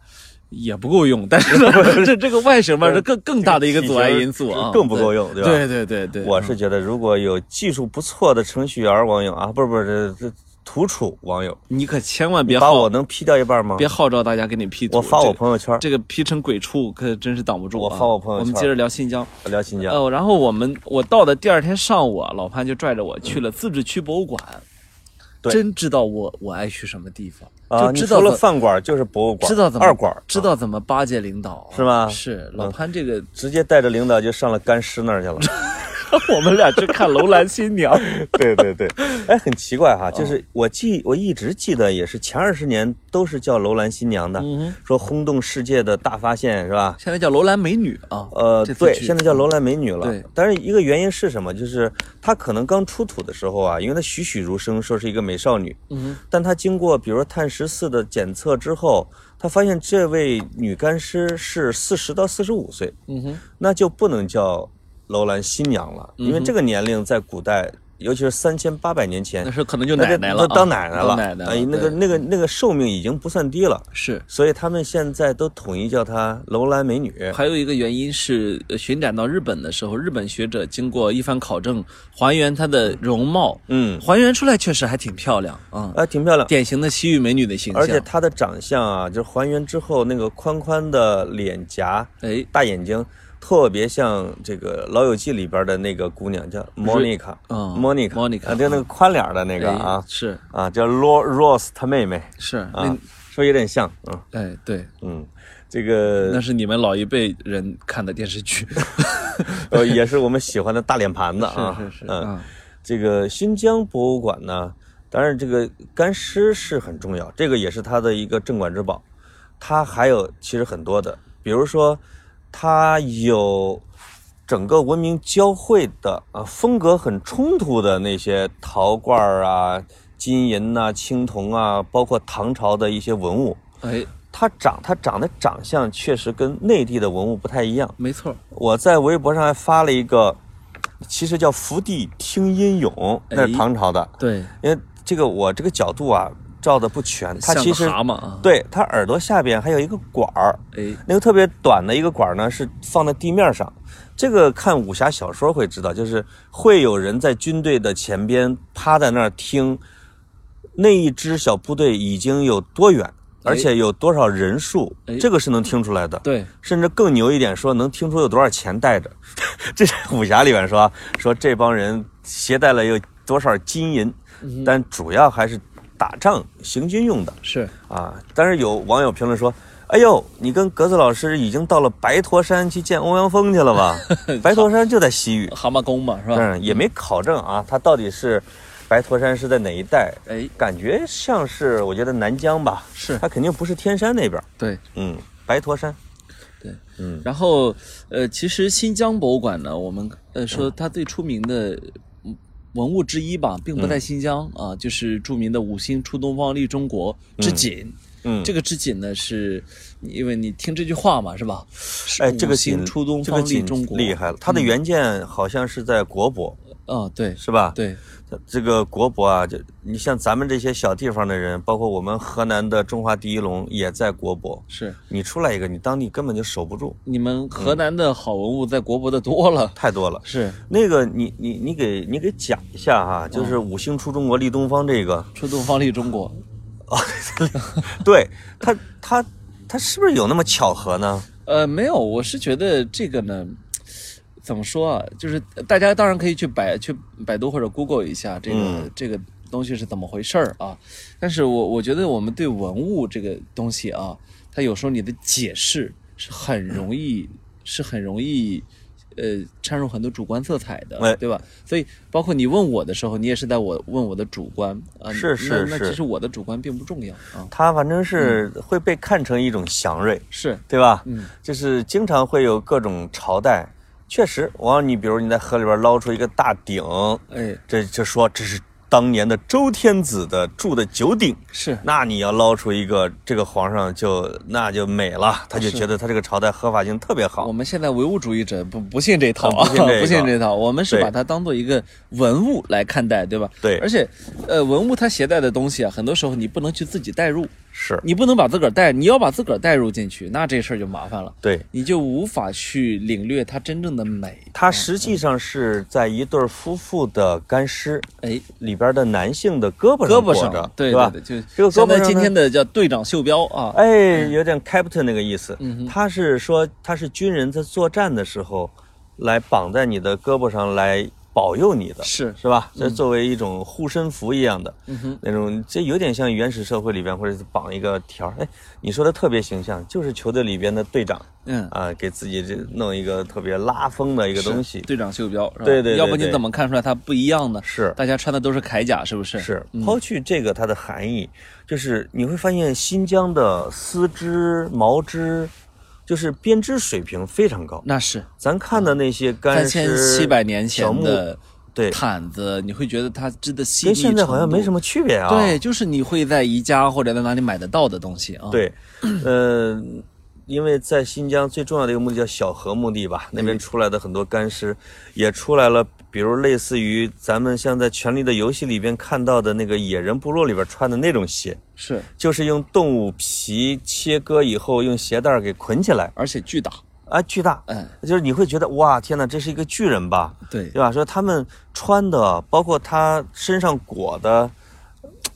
[SPEAKER 2] 也不够用。但
[SPEAKER 1] *laughs*
[SPEAKER 2] 是呢 *laughs* 这这个外形吧，是更更大的一个阻碍因素
[SPEAKER 1] 这
[SPEAKER 2] 啊，
[SPEAKER 1] 个体型更不够用对
[SPEAKER 2] 对
[SPEAKER 1] 吧
[SPEAKER 2] 对对对，嗯
[SPEAKER 1] 我是觉得，如果有技术不错的程序员网友啊，不是不是这这土楚网友，
[SPEAKER 2] 你可千万别
[SPEAKER 1] 把
[SPEAKER 2] 号
[SPEAKER 1] 我能 P 掉一半吗
[SPEAKER 2] 别？号召大家给你 P 图，
[SPEAKER 1] 我发我
[SPEAKER 2] 这个
[SPEAKER 1] 朋友圈，
[SPEAKER 2] 这个 P 成鬼畜，可真是挡不住啊。
[SPEAKER 1] 我发我朋友
[SPEAKER 2] 我们
[SPEAKER 1] 圈
[SPEAKER 2] 接着聊新疆。
[SPEAKER 1] 聊新疆。
[SPEAKER 2] 呃，然后我们我到的第二天上午啊，老潘就拽着我去了自治区博物馆。
[SPEAKER 1] 对
[SPEAKER 2] 真知道我我爱去什么地方，
[SPEAKER 1] 啊，
[SPEAKER 2] 呃就
[SPEAKER 1] 你
[SPEAKER 2] 知
[SPEAKER 1] 除
[SPEAKER 2] 道
[SPEAKER 1] 了
[SPEAKER 2] 怎
[SPEAKER 1] 饭馆就是博物馆，
[SPEAKER 2] 知道怎么
[SPEAKER 1] 二馆，
[SPEAKER 2] 知道怎么巴结领导
[SPEAKER 1] 是吗嗯
[SPEAKER 2] 是老潘这个 *laughs*
[SPEAKER 1] 直接带着领导就上了干尸那儿去了。
[SPEAKER 2] 我们俩去看《楼兰新娘》。
[SPEAKER 1] 对对对，哎，很奇怪哈，
[SPEAKER 2] 哦
[SPEAKER 1] 就是我记我一直记得也是前二十年都是叫《楼兰新娘》的，
[SPEAKER 2] 嗯
[SPEAKER 1] 说轰动世界的大发现是吧？
[SPEAKER 2] 现在叫《楼兰美女》啊。
[SPEAKER 1] 呃，
[SPEAKER 2] 这部
[SPEAKER 1] 对，
[SPEAKER 2] 剧
[SPEAKER 1] 现在叫楼兰美女了。
[SPEAKER 2] 对
[SPEAKER 1] 但是一个原因是什么？就是她可能刚出土的时候啊，因为她栩栩如生，说是一个美少女。
[SPEAKER 2] 嗯，
[SPEAKER 1] 但她经过比如说碳十四的检测之后，她发现这位女干尸是四十到四十五岁，
[SPEAKER 2] 嗯哼，
[SPEAKER 1] 那就不能叫楼兰新娘了，
[SPEAKER 2] 嗯
[SPEAKER 1] 因为这个年龄在古代，尤其是三千八百年前
[SPEAKER 2] 那，时候可能就奶奶了
[SPEAKER 1] 那
[SPEAKER 2] 啊，
[SPEAKER 1] 当奶奶了，
[SPEAKER 2] 当奶奶了。
[SPEAKER 1] 哎，那个
[SPEAKER 2] 对嗯
[SPEAKER 1] 那个那个寿命已经不算低了。
[SPEAKER 2] 是。
[SPEAKER 1] 所以他们现在都统一叫她楼兰美女。
[SPEAKER 2] 还有一个原因是，呃巡展到日本的时候，日本学者经过一番考证，还原她的容貌，
[SPEAKER 1] 嗯，
[SPEAKER 2] 还原出来确实还挺漂亮啊、嗯
[SPEAKER 1] 啊，挺漂亮。
[SPEAKER 2] 典型的西域美女的形象。
[SPEAKER 1] 而且，她的长相啊，就是还原之后那个宽宽的脸颊、
[SPEAKER 2] 哎，
[SPEAKER 1] 大眼睛，特别像这个《老友记》里边的那个姑娘，叫 Monica，
[SPEAKER 2] 嗯
[SPEAKER 1] m o n i c a
[SPEAKER 2] Monica，嗯哎
[SPEAKER 1] 啊，就那个宽脸的那
[SPEAKER 2] 那
[SPEAKER 1] 个啊，
[SPEAKER 2] 是
[SPEAKER 1] 啊，叫 Ro Rose 她妹妹
[SPEAKER 2] 是，
[SPEAKER 1] 啊，是不是有点像？嗯
[SPEAKER 2] 那哎对，
[SPEAKER 1] 嗯，这
[SPEAKER 2] 那 *laughs*
[SPEAKER 1] 个
[SPEAKER 2] 是你们老一辈人看的电视剧。
[SPEAKER 1] 呃也是我们喜欢的大脸盘子啊，
[SPEAKER 2] *laughs* 是是是，
[SPEAKER 1] 嗯，
[SPEAKER 2] 嗯，
[SPEAKER 1] 这个新疆博物馆呢，当然这个干尸是很重要，这个也是它的一个镇馆之宝。它还有其实很多的，比如说它有整个文明交汇的啊，风格很冲突的那些陶罐儿啊、金银呐、青铜啊，包括唐朝的一些文物。
[SPEAKER 2] 哎，
[SPEAKER 1] 它长它长的长相确实跟内地的文物不太一样。
[SPEAKER 2] 没错，
[SPEAKER 1] 我在微博上还发了一个，其实叫“福地听音咏”，那是
[SPEAKER 2] 哎
[SPEAKER 1] 唐朝的，
[SPEAKER 2] 对，
[SPEAKER 1] 因为这个我这个角度啊照的不全，它
[SPEAKER 2] 像
[SPEAKER 1] 其
[SPEAKER 2] 个
[SPEAKER 1] 实
[SPEAKER 2] 蛤蟆啊，
[SPEAKER 1] 对它耳朵下边还有一个管儿，
[SPEAKER 2] 哎，
[SPEAKER 1] 那个特别短的一个管儿呢是放在地面上。这个看武侠小说会知道，就是会有人在军队的前边趴在那儿听，那一支小部队已经有多远，而且有多少人数，
[SPEAKER 2] 哎
[SPEAKER 1] 这个是能听出来的。
[SPEAKER 2] 对，
[SPEAKER 1] 甚至更牛一点，说能听出有多少钱带着。 *laughs* 这是武侠里面说啊说这帮人携带了有多少金银，但主要还是打仗行军用的
[SPEAKER 2] 是，
[SPEAKER 1] 啊。但是有网友评论说：“哎呦，你跟格子老师已经到了白驼山去见欧阳锋去了吧？白驼山就在西域，
[SPEAKER 2] 蛤蟆功嘛，是吧？
[SPEAKER 1] 嗯，也没考证啊，他到底是白驼山是在哪一带？
[SPEAKER 2] 哎，
[SPEAKER 1] 感觉像是我觉得南疆吧，
[SPEAKER 2] 是
[SPEAKER 1] 他肯定不是天山那边，
[SPEAKER 2] 对。
[SPEAKER 1] 嗯，白驼山，
[SPEAKER 2] 然后，呃，其实新疆博物馆呢，我们呃
[SPEAKER 1] 嗯
[SPEAKER 2] 说它最出名的嗯文物之一吧，并不
[SPEAKER 1] 嗯
[SPEAKER 2] 在新疆、啊，就是著名的五星出东方利中国织锦。
[SPEAKER 1] 嗯，
[SPEAKER 2] 这个织锦呢，是因为你听这句话嘛，是吧？是
[SPEAKER 1] 哎，这个
[SPEAKER 2] 五星
[SPEAKER 1] 锦
[SPEAKER 2] 出东
[SPEAKER 1] 这个
[SPEAKER 2] 方利
[SPEAKER 1] 锦
[SPEAKER 2] 中国，嗯
[SPEAKER 1] 厉害了，它的原件好像是在国博，
[SPEAKER 2] 啊！对
[SPEAKER 1] 是吧？，
[SPEAKER 2] 对，
[SPEAKER 1] 这个国博啊，就你像咱们这些小地方的人，包括我们河南的中华第一龙也在国博，
[SPEAKER 2] 是
[SPEAKER 1] 你出来一个，你当地根本就守不住，
[SPEAKER 2] 你们河南的好文物在国博的多了，
[SPEAKER 1] 太多了。
[SPEAKER 2] 是
[SPEAKER 1] 那个你你你给你给讲一下哈、
[SPEAKER 2] 哦
[SPEAKER 1] 就是五星出中国立东方这个，
[SPEAKER 2] 出东方利中国。
[SPEAKER 1] 对它它它是不是有那么巧合呢？
[SPEAKER 2] 呃，没有，我是觉得这个呢，怎么说啊？就是大家当然可以去百去百度或者 Google 一下这个、
[SPEAKER 1] 嗯
[SPEAKER 2] 这个东西是怎么回事儿啊。但是我我觉得我们对文物这个东西啊，它有时候你的解释是很容易、是很容易。呃，掺入很多主观色彩的，
[SPEAKER 1] 哎
[SPEAKER 2] 对吧？所以包括你问我的时候，你也是在我问我的主观啊。
[SPEAKER 1] 是是
[SPEAKER 2] 那那
[SPEAKER 1] 是
[SPEAKER 2] 其实我的主观并不重要啊。
[SPEAKER 1] 它反正是
[SPEAKER 2] 嗯
[SPEAKER 1] 会被看成一种祥瑞，
[SPEAKER 2] 是，
[SPEAKER 1] 对吧？
[SPEAKER 2] 嗯，
[SPEAKER 1] 就是经常会有各种朝代。确实，往你比如你在河里边捞出一个大鼎，
[SPEAKER 2] 哎，
[SPEAKER 1] 这就说这是当年的周天子的住的酒鼎，
[SPEAKER 2] 是，
[SPEAKER 1] 那你要捞出一个，这个皇上就那就美了，他就觉得他这个朝代合法性特别
[SPEAKER 2] 我
[SPEAKER 1] 好。哦
[SPEAKER 2] 们现在唯物主义者不不信这套啊，
[SPEAKER 1] 不信这个
[SPEAKER 2] 不信这套，我们是
[SPEAKER 1] 对
[SPEAKER 2] 把它当做一个文物来看待，对吧？
[SPEAKER 1] 对
[SPEAKER 2] 而且，呃，文物它携带的东西啊，很多时候你不能去自己代入，
[SPEAKER 1] 是，
[SPEAKER 2] 你不能把自个儿带，你要把自个儿带入进去，那这事儿就麻烦了，
[SPEAKER 1] 对，
[SPEAKER 2] 你就无法去领略它真正的美。
[SPEAKER 1] 他实际上是在一对夫妇的干尸
[SPEAKER 2] 哎，
[SPEAKER 1] 里边的男性的胳膊
[SPEAKER 2] 胳
[SPEAKER 1] 上
[SPEAKER 2] 膊
[SPEAKER 1] 裹
[SPEAKER 2] 上
[SPEAKER 1] 着，，
[SPEAKER 2] 对
[SPEAKER 1] 是吧？
[SPEAKER 2] 对对，
[SPEAKER 1] 这
[SPEAKER 2] 就
[SPEAKER 1] 个胳
[SPEAKER 2] 相
[SPEAKER 1] 膊
[SPEAKER 2] 当
[SPEAKER 1] 上
[SPEAKER 2] 于今
[SPEAKER 1] 呢
[SPEAKER 2] 天的叫队长袖标啊，
[SPEAKER 1] 哎，有点 captain 那个意思。
[SPEAKER 2] 嗯哼
[SPEAKER 1] 他是说他是军人在作战的时候，来绑在你的胳膊上来保佑你的，
[SPEAKER 2] 是嗯
[SPEAKER 1] 是吧？这作为一种护身符一样的，那种这有点像原始社会里边或者是绑一个条儿。哎，你说的特别形象，就是球队里边的队长
[SPEAKER 2] 嗯，
[SPEAKER 1] 啊，给自己这弄一个特别拉风的一个东西，
[SPEAKER 2] 队长袖标，是吧
[SPEAKER 1] 对对对
[SPEAKER 2] 要不你
[SPEAKER 1] 对
[SPEAKER 2] 怎么看出来它不一样呢？
[SPEAKER 1] 是
[SPEAKER 2] 大家穿的都是铠甲，是不是？嗯
[SPEAKER 1] 是，抛去这个它的含义，就是你会发现新疆的丝织、毛织，就是编织水平非常高。
[SPEAKER 2] 那是
[SPEAKER 1] 咱看的那些干
[SPEAKER 2] 三千
[SPEAKER 1] 湿、
[SPEAKER 2] 七百年
[SPEAKER 1] 小
[SPEAKER 2] 前
[SPEAKER 1] 木
[SPEAKER 2] 的
[SPEAKER 1] 对，
[SPEAKER 2] 毯子，你会觉得它织的细腻，
[SPEAKER 1] 跟现在好像没什
[SPEAKER 2] 么。
[SPEAKER 1] 么区别啊。
[SPEAKER 2] 对，就是你会在宜家或者在哪里买得到的东西啊。，
[SPEAKER 1] 对，呃，因为在新疆最重要的一个墓地叫小河墓地
[SPEAKER 2] 嗯
[SPEAKER 1] 吧，那边出来的很多干尸，也出来了，比如类似于咱们像在《权力的游戏》里边看到的那个野人部落里边穿的那种鞋，
[SPEAKER 2] 是，
[SPEAKER 1] 就是用动物皮切割以后，用鞋带儿给捆起来，
[SPEAKER 2] 而且巨大。
[SPEAKER 1] 啊，巨大，
[SPEAKER 2] 嗯，
[SPEAKER 1] 就是你会觉得哇，天哪，这是一个巨人吧？
[SPEAKER 2] 对
[SPEAKER 1] 对吧？说他们穿的，包括他身上裹的，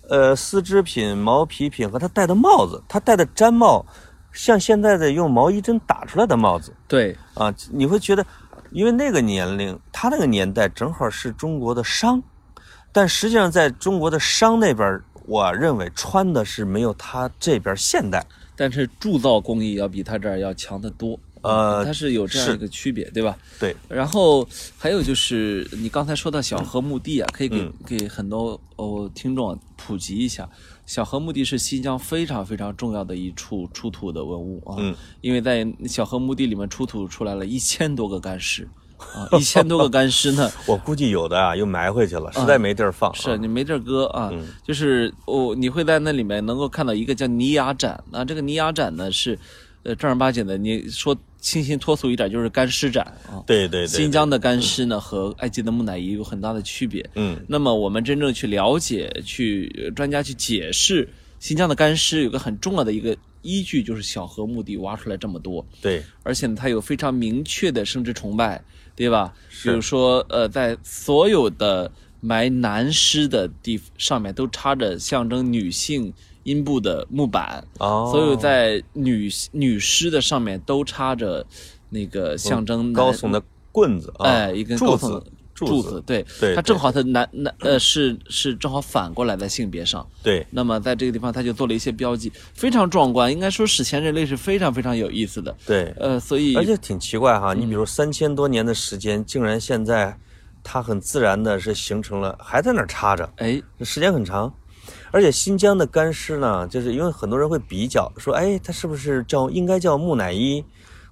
[SPEAKER 1] 呃，丝织品、毛皮品和他戴的帽子，他戴的毡帽，像现在的用毛衣针打出来的帽子
[SPEAKER 2] 对，
[SPEAKER 1] 啊，你会觉得，因为那个年龄，他那个年代正好是中国的商，但实际上在中国的商那边儿，我认为穿的是没有他这边儿现代。
[SPEAKER 2] 但是铸造工艺要比它这儿要强得多。
[SPEAKER 1] 呃
[SPEAKER 2] 它是有这样
[SPEAKER 1] 是
[SPEAKER 2] 一个区别，对吧？
[SPEAKER 1] 对，
[SPEAKER 2] 然后还有就是你刚才说到小河墓地啊，可以给、给很多哦听众普及一下，小河墓地是新疆非常非常重要的一处出土的文物啊，
[SPEAKER 1] 嗯
[SPEAKER 2] 因为在小河墓地里面出土出来了一千多个干尸。啊，一千多个干尸呢，
[SPEAKER 1] 我估计有的啊，又埋回去了，实在没地儿放、啊
[SPEAKER 2] 嗯是你没地儿搁啊，就是哦，你会在那里面能够看到一个叫泥崖展啊，这个泥崖展呢是，呃，正儿八经的，你说清新脱俗一点就是干尸展啊。
[SPEAKER 1] 对对对，
[SPEAKER 2] 新疆的干尸呢和埃及的木乃伊有很大的区别。
[SPEAKER 1] 嗯，
[SPEAKER 2] 那么我们真正去了解、去呃专家去解释新疆的干尸，有个很重要的一个依据就是小河墓地挖出来这么多。
[SPEAKER 1] 对，
[SPEAKER 2] 而且呢，它有非常明确的生殖崇拜，对吧？比如说，呃，在所有的埋男尸的地上面都插着象征女性阴部的木板，
[SPEAKER 1] 哦，
[SPEAKER 2] 所有在女女尸的上面都插着那个象征
[SPEAKER 1] 哦高
[SPEAKER 2] 男
[SPEAKER 1] 耸的棍子，啊
[SPEAKER 2] 哎，一根
[SPEAKER 1] 柱
[SPEAKER 2] 高耸的
[SPEAKER 1] 子，
[SPEAKER 2] 柱
[SPEAKER 1] 子，，
[SPEAKER 2] 对，
[SPEAKER 1] 对
[SPEAKER 2] 它
[SPEAKER 1] 对
[SPEAKER 2] 正好它男男呃是是正好反过来在性别上，
[SPEAKER 1] 对，
[SPEAKER 2] 那么在这个地方它就做了一些标记，非常壮观，应该说史前人类是非常非常有意思的，
[SPEAKER 1] 对，
[SPEAKER 2] 呃，所以
[SPEAKER 1] 而且挺奇怪哈，你
[SPEAKER 2] 嗯
[SPEAKER 1] 比如三千多年的时间，竟然现在它很自然的是形成了，还在那儿插着，
[SPEAKER 2] 哎，
[SPEAKER 1] 时间很长。而且新疆的干尸呢，就是因为很多人会比较说，哎，它是不是叫应该叫木乃伊？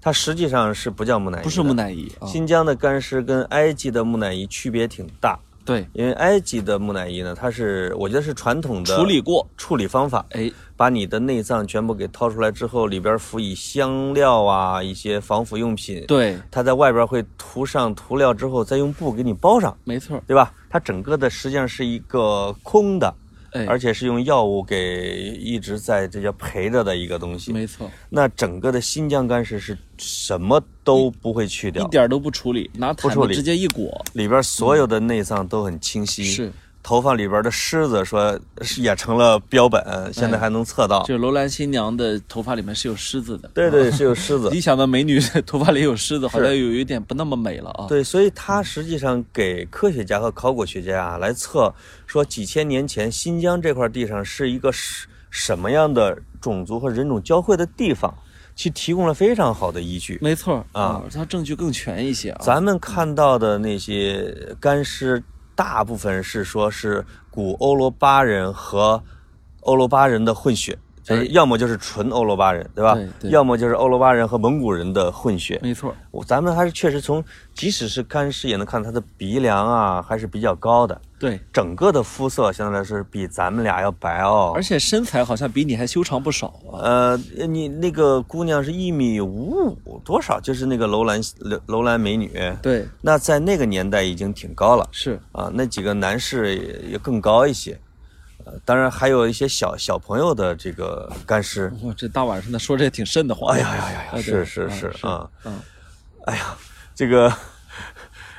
[SPEAKER 1] 它实际上是不叫木乃伊，
[SPEAKER 2] 不是木。乃伊啊，
[SPEAKER 1] 新疆的干尸跟埃及的木乃伊区别挺大，
[SPEAKER 2] 对，
[SPEAKER 1] 因为埃及的木乃伊呢，它是我觉得是传统的
[SPEAKER 2] 处理过，
[SPEAKER 1] 处理方法，
[SPEAKER 2] 哎，
[SPEAKER 1] 把你的内脏全部给掏出来之后，里边辅以香料啊，一些防腐用品。，
[SPEAKER 2] 对，
[SPEAKER 1] 它在外边会涂上涂料之后，再用布给你包上，
[SPEAKER 2] 没错，
[SPEAKER 1] 对吧？它整个的实际上是一个空的，
[SPEAKER 2] 哎，
[SPEAKER 1] 而且是用药物给一直在这叫陪着的一个东西。
[SPEAKER 2] 没错，
[SPEAKER 1] 那整个的新疆干尸是什么都不会去
[SPEAKER 2] 一
[SPEAKER 1] 掉，
[SPEAKER 2] 点儿都不处理，拿
[SPEAKER 1] 不
[SPEAKER 2] 毯
[SPEAKER 1] 处
[SPEAKER 2] 子
[SPEAKER 1] 理嗯
[SPEAKER 2] 直接一裹，
[SPEAKER 1] 里边所有的内脏都很清晰。
[SPEAKER 2] 是。
[SPEAKER 1] 头发里边的虱子说是也成了标
[SPEAKER 2] 哎
[SPEAKER 1] 本，现在还能测到。
[SPEAKER 2] 就是楼兰新娘的头发里面是有虱子的，
[SPEAKER 1] 对
[SPEAKER 2] *laughs*
[SPEAKER 1] 对，是有虱子。
[SPEAKER 2] 理想的美女 *laughs* 头发里有虱子，好像有有一点不那么美了啊。
[SPEAKER 1] 对，所以它实际上给科学家和考古学家啊来测，说几千年前新疆这块地上是一个什什么样的种族和人种交汇的地方，其提供了非常好的依据。
[SPEAKER 2] 没错
[SPEAKER 1] 啊，
[SPEAKER 2] 它哦证据更全一些啊。
[SPEAKER 1] 咱们看到的那些干尸，大部分是说是古欧罗巴人和欧罗巴人的混血，就是
[SPEAKER 2] 哎
[SPEAKER 1] 要么就是纯欧罗巴人，对吧？
[SPEAKER 2] 对对
[SPEAKER 1] 要么就是欧罗巴人和蒙古人的混血。
[SPEAKER 2] 没错，
[SPEAKER 1] 我咱们还是确实从，即使是干尸也能看到它的鼻梁啊，还是比较高的，
[SPEAKER 2] 对，
[SPEAKER 1] 整个的肤色相对来说是比咱们俩要白哦
[SPEAKER 2] 而。且身材好像比你还修长不少啊。
[SPEAKER 1] 呃，你那个姑娘是一米五五多少？就是那个楼兰楼楼兰美女，
[SPEAKER 2] 对，
[SPEAKER 1] 那在那个年代已经挺高了
[SPEAKER 2] 是，
[SPEAKER 1] 啊。那几个男士也也更高一些，呃，当然还有一些小小朋友的这个干尸。
[SPEAKER 2] 哇，这大晚上的说这也挺瘆得慌。
[SPEAKER 1] 哎呀呀呀呀！
[SPEAKER 2] 啊
[SPEAKER 1] 是
[SPEAKER 2] 对
[SPEAKER 1] 是
[SPEAKER 2] 啊
[SPEAKER 1] 是
[SPEAKER 2] 是
[SPEAKER 1] 啊，
[SPEAKER 2] 嗯
[SPEAKER 1] 哎呀，这个。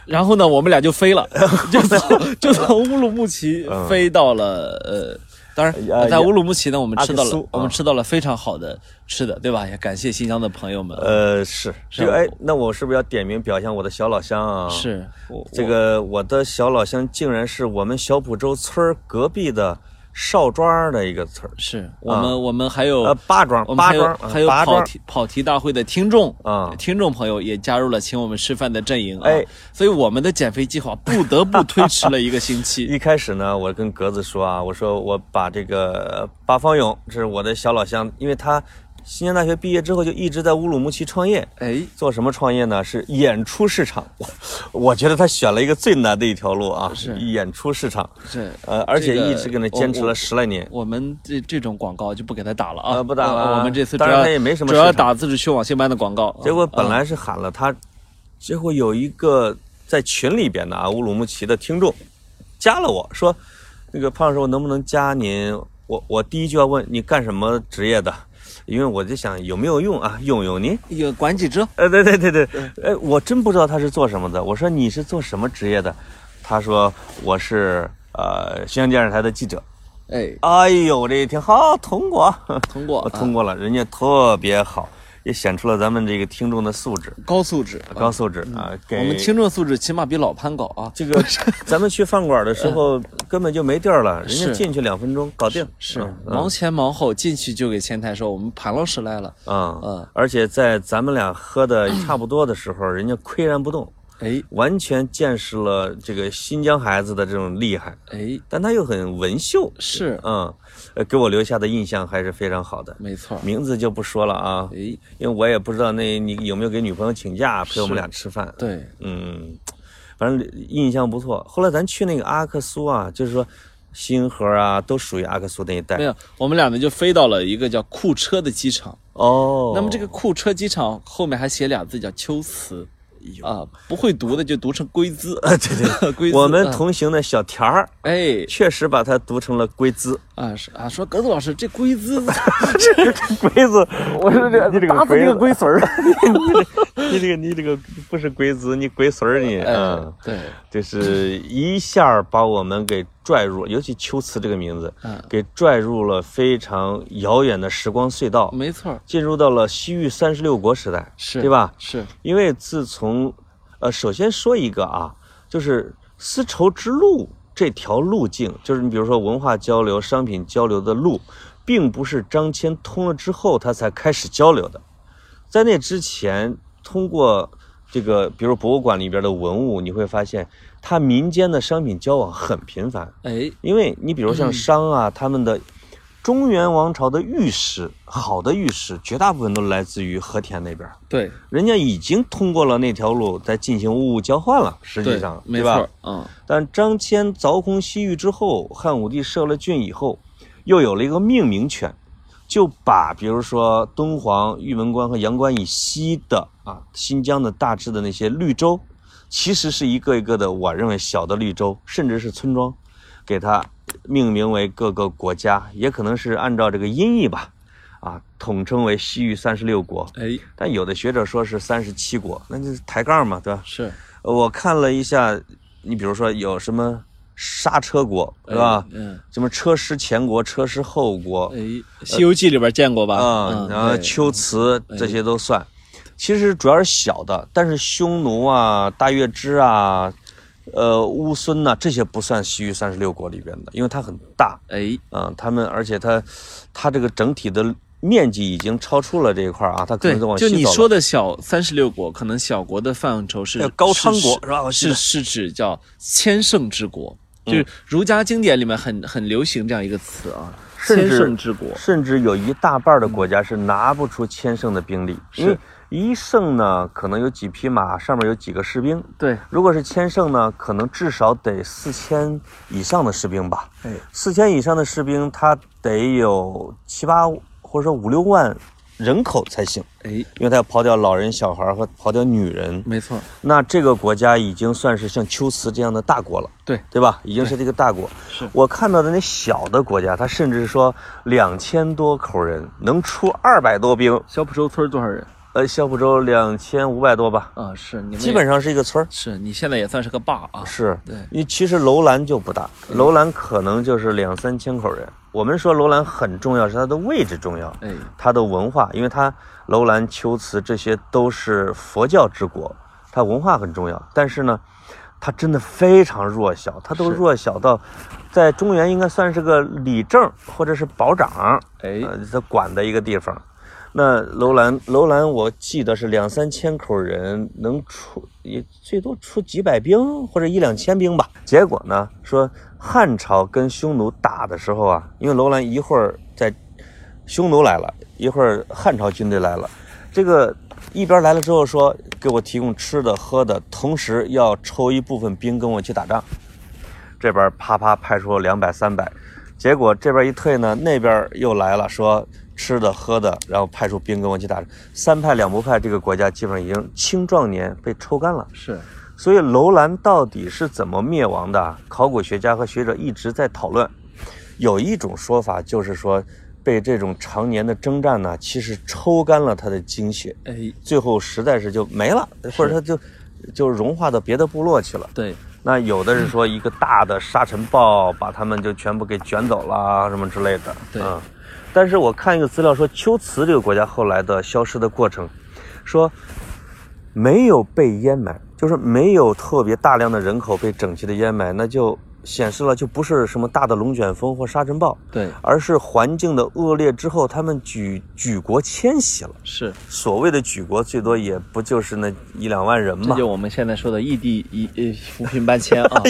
[SPEAKER 2] 然后呢，
[SPEAKER 1] *laughs*
[SPEAKER 2] 我们俩就飞了，就从就从乌鲁木齐飞到了呃当然，
[SPEAKER 1] 呃
[SPEAKER 2] 在
[SPEAKER 1] 嗯也
[SPEAKER 2] 乌鲁木齐呢，我们吃到
[SPEAKER 1] 阿克苏
[SPEAKER 2] 了
[SPEAKER 1] 啊，
[SPEAKER 2] 我们吃到了非常好的吃的，对吧？也感谢新疆的朋友们。
[SPEAKER 1] 呃，是
[SPEAKER 2] 是
[SPEAKER 1] 这
[SPEAKER 2] 啊
[SPEAKER 1] 个哎，那我是不是要点名表扬我的小老乡啊？，
[SPEAKER 2] 是我
[SPEAKER 1] 这个我的小老乡竟然是我们小浦洲村儿隔壁的邵庄的一个村儿，
[SPEAKER 2] 是我们我们还有
[SPEAKER 1] 啊呃，八庄，
[SPEAKER 2] 我们
[SPEAKER 1] 八
[SPEAKER 2] 还有
[SPEAKER 1] 庄，
[SPEAKER 2] 还有
[SPEAKER 1] 八
[SPEAKER 2] 跑
[SPEAKER 1] 庄，
[SPEAKER 2] 题跑题大会的听众
[SPEAKER 1] 啊
[SPEAKER 2] 听众朋友也加入了请我们吃饭的阵营啊
[SPEAKER 1] 哎，
[SPEAKER 2] 所以我们的减肥计划不得不推迟了一个星
[SPEAKER 1] *laughs*
[SPEAKER 2] 期。
[SPEAKER 1] 一开始呢，我跟格子说啊，我说我把这个呃八方勇，这是我的小老乡，因为他新疆大学毕业之后就一直在乌鲁木齐创业，
[SPEAKER 2] 哎，
[SPEAKER 1] 做什么创业呢？是演出市场。 *laughs* 我我觉得他选了一个最难的一条路啊，
[SPEAKER 2] 是
[SPEAKER 1] 演出市场，
[SPEAKER 2] 这
[SPEAKER 1] 呃，而且
[SPEAKER 2] 这个
[SPEAKER 1] 一直跟他
[SPEAKER 2] 我
[SPEAKER 1] 坚持
[SPEAKER 2] 我
[SPEAKER 1] 了十来年。
[SPEAKER 2] 我们这这种广告就不给他打了啊，
[SPEAKER 1] 啊不打了啊
[SPEAKER 2] 我我们这次主
[SPEAKER 1] 当然
[SPEAKER 2] 要
[SPEAKER 1] 他也没什么
[SPEAKER 2] 主要
[SPEAKER 1] 市场
[SPEAKER 2] 打自治区网信办的广告。
[SPEAKER 1] 结果
[SPEAKER 2] 啊
[SPEAKER 1] 本来是喊了他，结果有一个在群里边的啊，乌鲁木齐的听众加了我说，那个胖师傅能不能加您？我我第一就要问你干什么职业的，因为我就想有没有用啊，用用您。
[SPEAKER 2] 有管几只，
[SPEAKER 1] 呃，对对对对，哎，我真不知道他是做什么的。我说你是做什么职业的？他说我是呃新疆电视台的记者。
[SPEAKER 2] 哎，
[SPEAKER 1] 哎呦，我这一听好通过， *laughs*
[SPEAKER 2] 通过
[SPEAKER 1] 我
[SPEAKER 2] 啊
[SPEAKER 1] 通过了，人家特别好，也显出了咱们这个听众的素质。
[SPEAKER 2] 高素质，
[SPEAKER 1] 高素质啊，给
[SPEAKER 2] 嗯我们听众素质起码比老潘高啊。
[SPEAKER 1] 这
[SPEAKER 2] *laughs*
[SPEAKER 1] 个，咱们去饭馆的时候根本就没地儿了，人家
[SPEAKER 2] 嗯是
[SPEAKER 1] 进去两分钟搞定。
[SPEAKER 2] 是
[SPEAKER 1] 嗯嗯
[SPEAKER 2] 忙前忙后，进去就给前台说我们潘老师来了。
[SPEAKER 1] 嗯
[SPEAKER 2] 嗯，
[SPEAKER 1] 而且在咱们俩喝的差不多的时候，人家岿然不动，
[SPEAKER 2] 哎
[SPEAKER 1] 完全见识了这个新疆孩子的这种厉害，
[SPEAKER 2] 哎，
[SPEAKER 1] 但他又很文秀，
[SPEAKER 2] 是
[SPEAKER 1] 嗯，呃，给我留下的印象还是非常好的。
[SPEAKER 2] 没错儿。
[SPEAKER 1] 名字就不说了啊，
[SPEAKER 2] 哎，
[SPEAKER 1] 因为我也不知道那你有没有给女朋友请假陪我们
[SPEAKER 2] 是
[SPEAKER 1] 俩吃饭。
[SPEAKER 2] 对，
[SPEAKER 1] 嗯，反正印象不错。后来咱去那个阿克苏啊，就是说星河啊，都属于阿克苏那一带
[SPEAKER 2] 没。有，我们俩呢就飞到了一个叫库车的机场。
[SPEAKER 1] 哦，
[SPEAKER 2] 那
[SPEAKER 1] *laughs*
[SPEAKER 2] 么这个库车机场后面还写俩字叫秋词
[SPEAKER 1] 哎
[SPEAKER 2] 啊，不会读的就读成龟兹。 *laughs* 对对，龟兹。
[SPEAKER 1] 我们
[SPEAKER 2] 啊
[SPEAKER 1] 同行的小田儿，
[SPEAKER 2] 哎
[SPEAKER 1] 确实把它读成了龟兹。 *laughs*
[SPEAKER 2] 啊是啊，说格子老师这龟兹
[SPEAKER 1] 龟子， *laughs* 我说这你这
[SPEAKER 2] 打死这个龟孙儿。
[SPEAKER 1] 你这个你这个不是龟子，你龟孙儿你。
[SPEAKER 2] 哎
[SPEAKER 1] 嗯，，
[SPEAKER 2] *laughs* 对，
[SPEAKER 1] 就是一下儿把我们给拽入，尤其秋词这个名字
[SPEAKER 2] 嗯，
[SPEAKER 1] 给拽入了非常遥远的时光隧道，
[SPEAKER 2] 没错儿，
[SPEAKER 1] 进入到了西域三十六国时代，
[SPEAKER 2] 是
[SPEAKER 1] 对？吧？
[SPEAKER 2] 是
[SPEAKER 1] 因为自从，呃，首先说一个啊，就是丝绸之路这条路径，就是你比如说文化交流、商品交流的路，并不是张骞通了之后他才开始交流的，在那之前，通过这个比如博物馆里边的文物，你会发现它民间的商品交往很频繁，
[SPEAKER 2] 哎
[SPEAKER 1] 因为你比如像商啊，他们的。中原王朝的御史，好的御史，绝大部分都来自于和田那边。
[SPEAKER 2] 对，
[SPEAKER 1] 人家已经通过了那条路在进行物物交换了，实际
[SPEAKER 2] 对
[SPEAKER 1] 上，
[SPEAKER 2] 没
[SPEAKER 1] 对
[SPEAKER 2] 错
[SPEAKER 1] 吧
[SPEAKER 2] 儿？，嗯，
[SPEAKER 1] 但张骞凿空西域之后，汉武帝设了郡以后，又有了一个命名权，就把比如说敦煌、玉门关和阳关以西的啊新疆的大致的那些绿洲，其实是一个一个的，我认为小的绿洲，甚至是村庄，给它命名为各个国家，也可能是按照这个音译吧，啊，统称为西域三十六国。啊
[SPEAKER 2] 哎
[SPEAKER 1] 但有的学者说是三十七国，那就是抬杠嘛，对吧？
[SPEAKER 2] 是
[SPEAKER 1] 呃我看了一下，你比如说有什么刹车国，是吧？
[SPEAKER 2] 哎嗯。
[SPEAKER 1] 什么车师前国、车师后国
[SPEAKER 2] 哎，《西游记》里边见过吧？嗯
[SPEAKER 1] 啊，然后
[SPEAKER 2] 对哎
[SPEAKER 1] 龟兹这些都算。其实主要是小的，但是匈奴啊、大月支啊、呃乌孙呐、这些不算西域三十六国里边的，因为它很大
[SPEAKER 2] 哎，
[SPEAKER 1] 啊。他们而且它，它这个整体的面积已经超出了这一块儿啊，它可
[SPEAKER 2] 对
[SPEAKER 1] 能在，往
[SPEAKER 2] 就
[SPEAKER 1] 西
[SPEAKER 2] 你
[SPEAKER 1] 走了
[SPEAKER 2] 说的小三十六国，可能小国的范畴是
[SPEAKER 1] 呃高昌国
[SPEAKER 2] 是
[SPEAKER 1] 是吧我记
[SPEAKER 2] 是
[SPEAKER 1] 得嗯
[SPEAKER 2] 是指叫千圣之国，就是儒家经典里面很很流行这样一个词啊，
[SPEAKER 1] 甚
[SPEAKER 2] 千
[SPEAKER 1] 至
[SPEAKER 2] 圣之国。
[SPEAKER 1] 甚至有一大半的国家是拿不出千乘的兵力，因为一乘呢可能有几匹马，上面有几个士兵。
[SPEAKER 2] 对，
[SPEAKER 1] 如果是千乘呢，可能至少得四千以上的士兵吧。
[SPEAKER 2] 哎，
[SPEAKER 1] 四千以上的士兵，他得有七八或者说五六万人口才行，
[SPEAKER 2] 哎，
[SPEAKER 1] 因为他要刨掉老人、小孩和刨掉女人。
[SPEAKER 2] 没错，
[SPEAKER 1] 那这个国家已经算是像秋瓷这样的大国了。
[SPEAKER 2] 对，
[SPEAKER 1] 对吧？已经是这个大国。
[SPEAKER 2] 是
[SPEAKER 1] 我看到的那小的国家，他甚至说两千多口人能出二百多兵，
[SPEAKER 2] 小浦洲村多少人？
[SPEAKER 1] 呃，小浦州两千五百多吧，
[SPEAKER 2] 啊，是你们
[SPEAKER 1] 基本上是一个村儿。
[SPEAKER 2] 是你现在也算是个爸啊，
[SPEAKER 1] 是，
[SPEAKER 2] 对
[SPEAKER 1] 你其实楼兰就不大，楼兰可能就是两三千口人。我们说楼兰很重要，是它的位置重要，
[SPEAKER 2] 哎，
[SPEAKER 1] 它的文化，因为它楼兰、龟兹这些都是佛教之国，它文化很重要。但是呢，它真的非常弱小，它都
[SPEAKER 2] 是
[SPEAKER 1] 弱小到，在中原应该算是个里正或者是保长，
[SPEAKER 2] 哎
[SPEAKER 1] 呃，它管的一个地方。那楼兰，楼兰我记得是两三千口人，能出也最多出几百兵或者一两千兵吧。结果呢，说汉朝跟匈奴打的时候啊，因为楼兰一会儿在匈奴来了，一会儿汉朝军队来了，这个一边来了之后说给我提供吃的喝的，同时要抽一部分兵跟我去打仗。这边啪啪派出两百三百，结果这边一退呢，那边又来了，说吃的喝的，然后派出兵跟我去打。三派两不派，这个国家基本上已经青壮年被抽干了。
[SPEAKER 2] 是
[SPEAKER 1] 所以楼兰到底是怎么灭亡的啊？考古学家和学者一直在讨论。有一种说法就是说，被这种常年的征战呢，其实抽干了他的精血，
[SPEAKER 2] 哎，
[SPEAKER 1] 最后实在是就没了，或者他就就融化到别的部落去了。
[SPEAKER 2] 对，
[SPEAKER 1] 那有的是说一个大的沙尘暴把他们就全部给卷走了，什么之类的。
[SPEAKER 2] 对
[SPEAKER 1] 嗯，但是我看一个资料说，龟兹这个国家后来的消失的过程，说没有被淹埋，就是没有特别大量的人口被整齐的淹埋，那就显示了就不是什么大的龙卷风或沙尘暴，
[SPEAKER 2] 对，
[SPEAKER 1] 而是环境的恶劣之后，他们举举国迁徙了。
[SPEAKER 2] 是，
[SPEAKER 1] 所谓的举国，最多也不就是那一两万人
[SPEAKER 2] 这
[SPEAKER 1] 嘛， *laughs*
[SPEAKER 2] 就我们现在说的异地一呃扶贫搬迁啊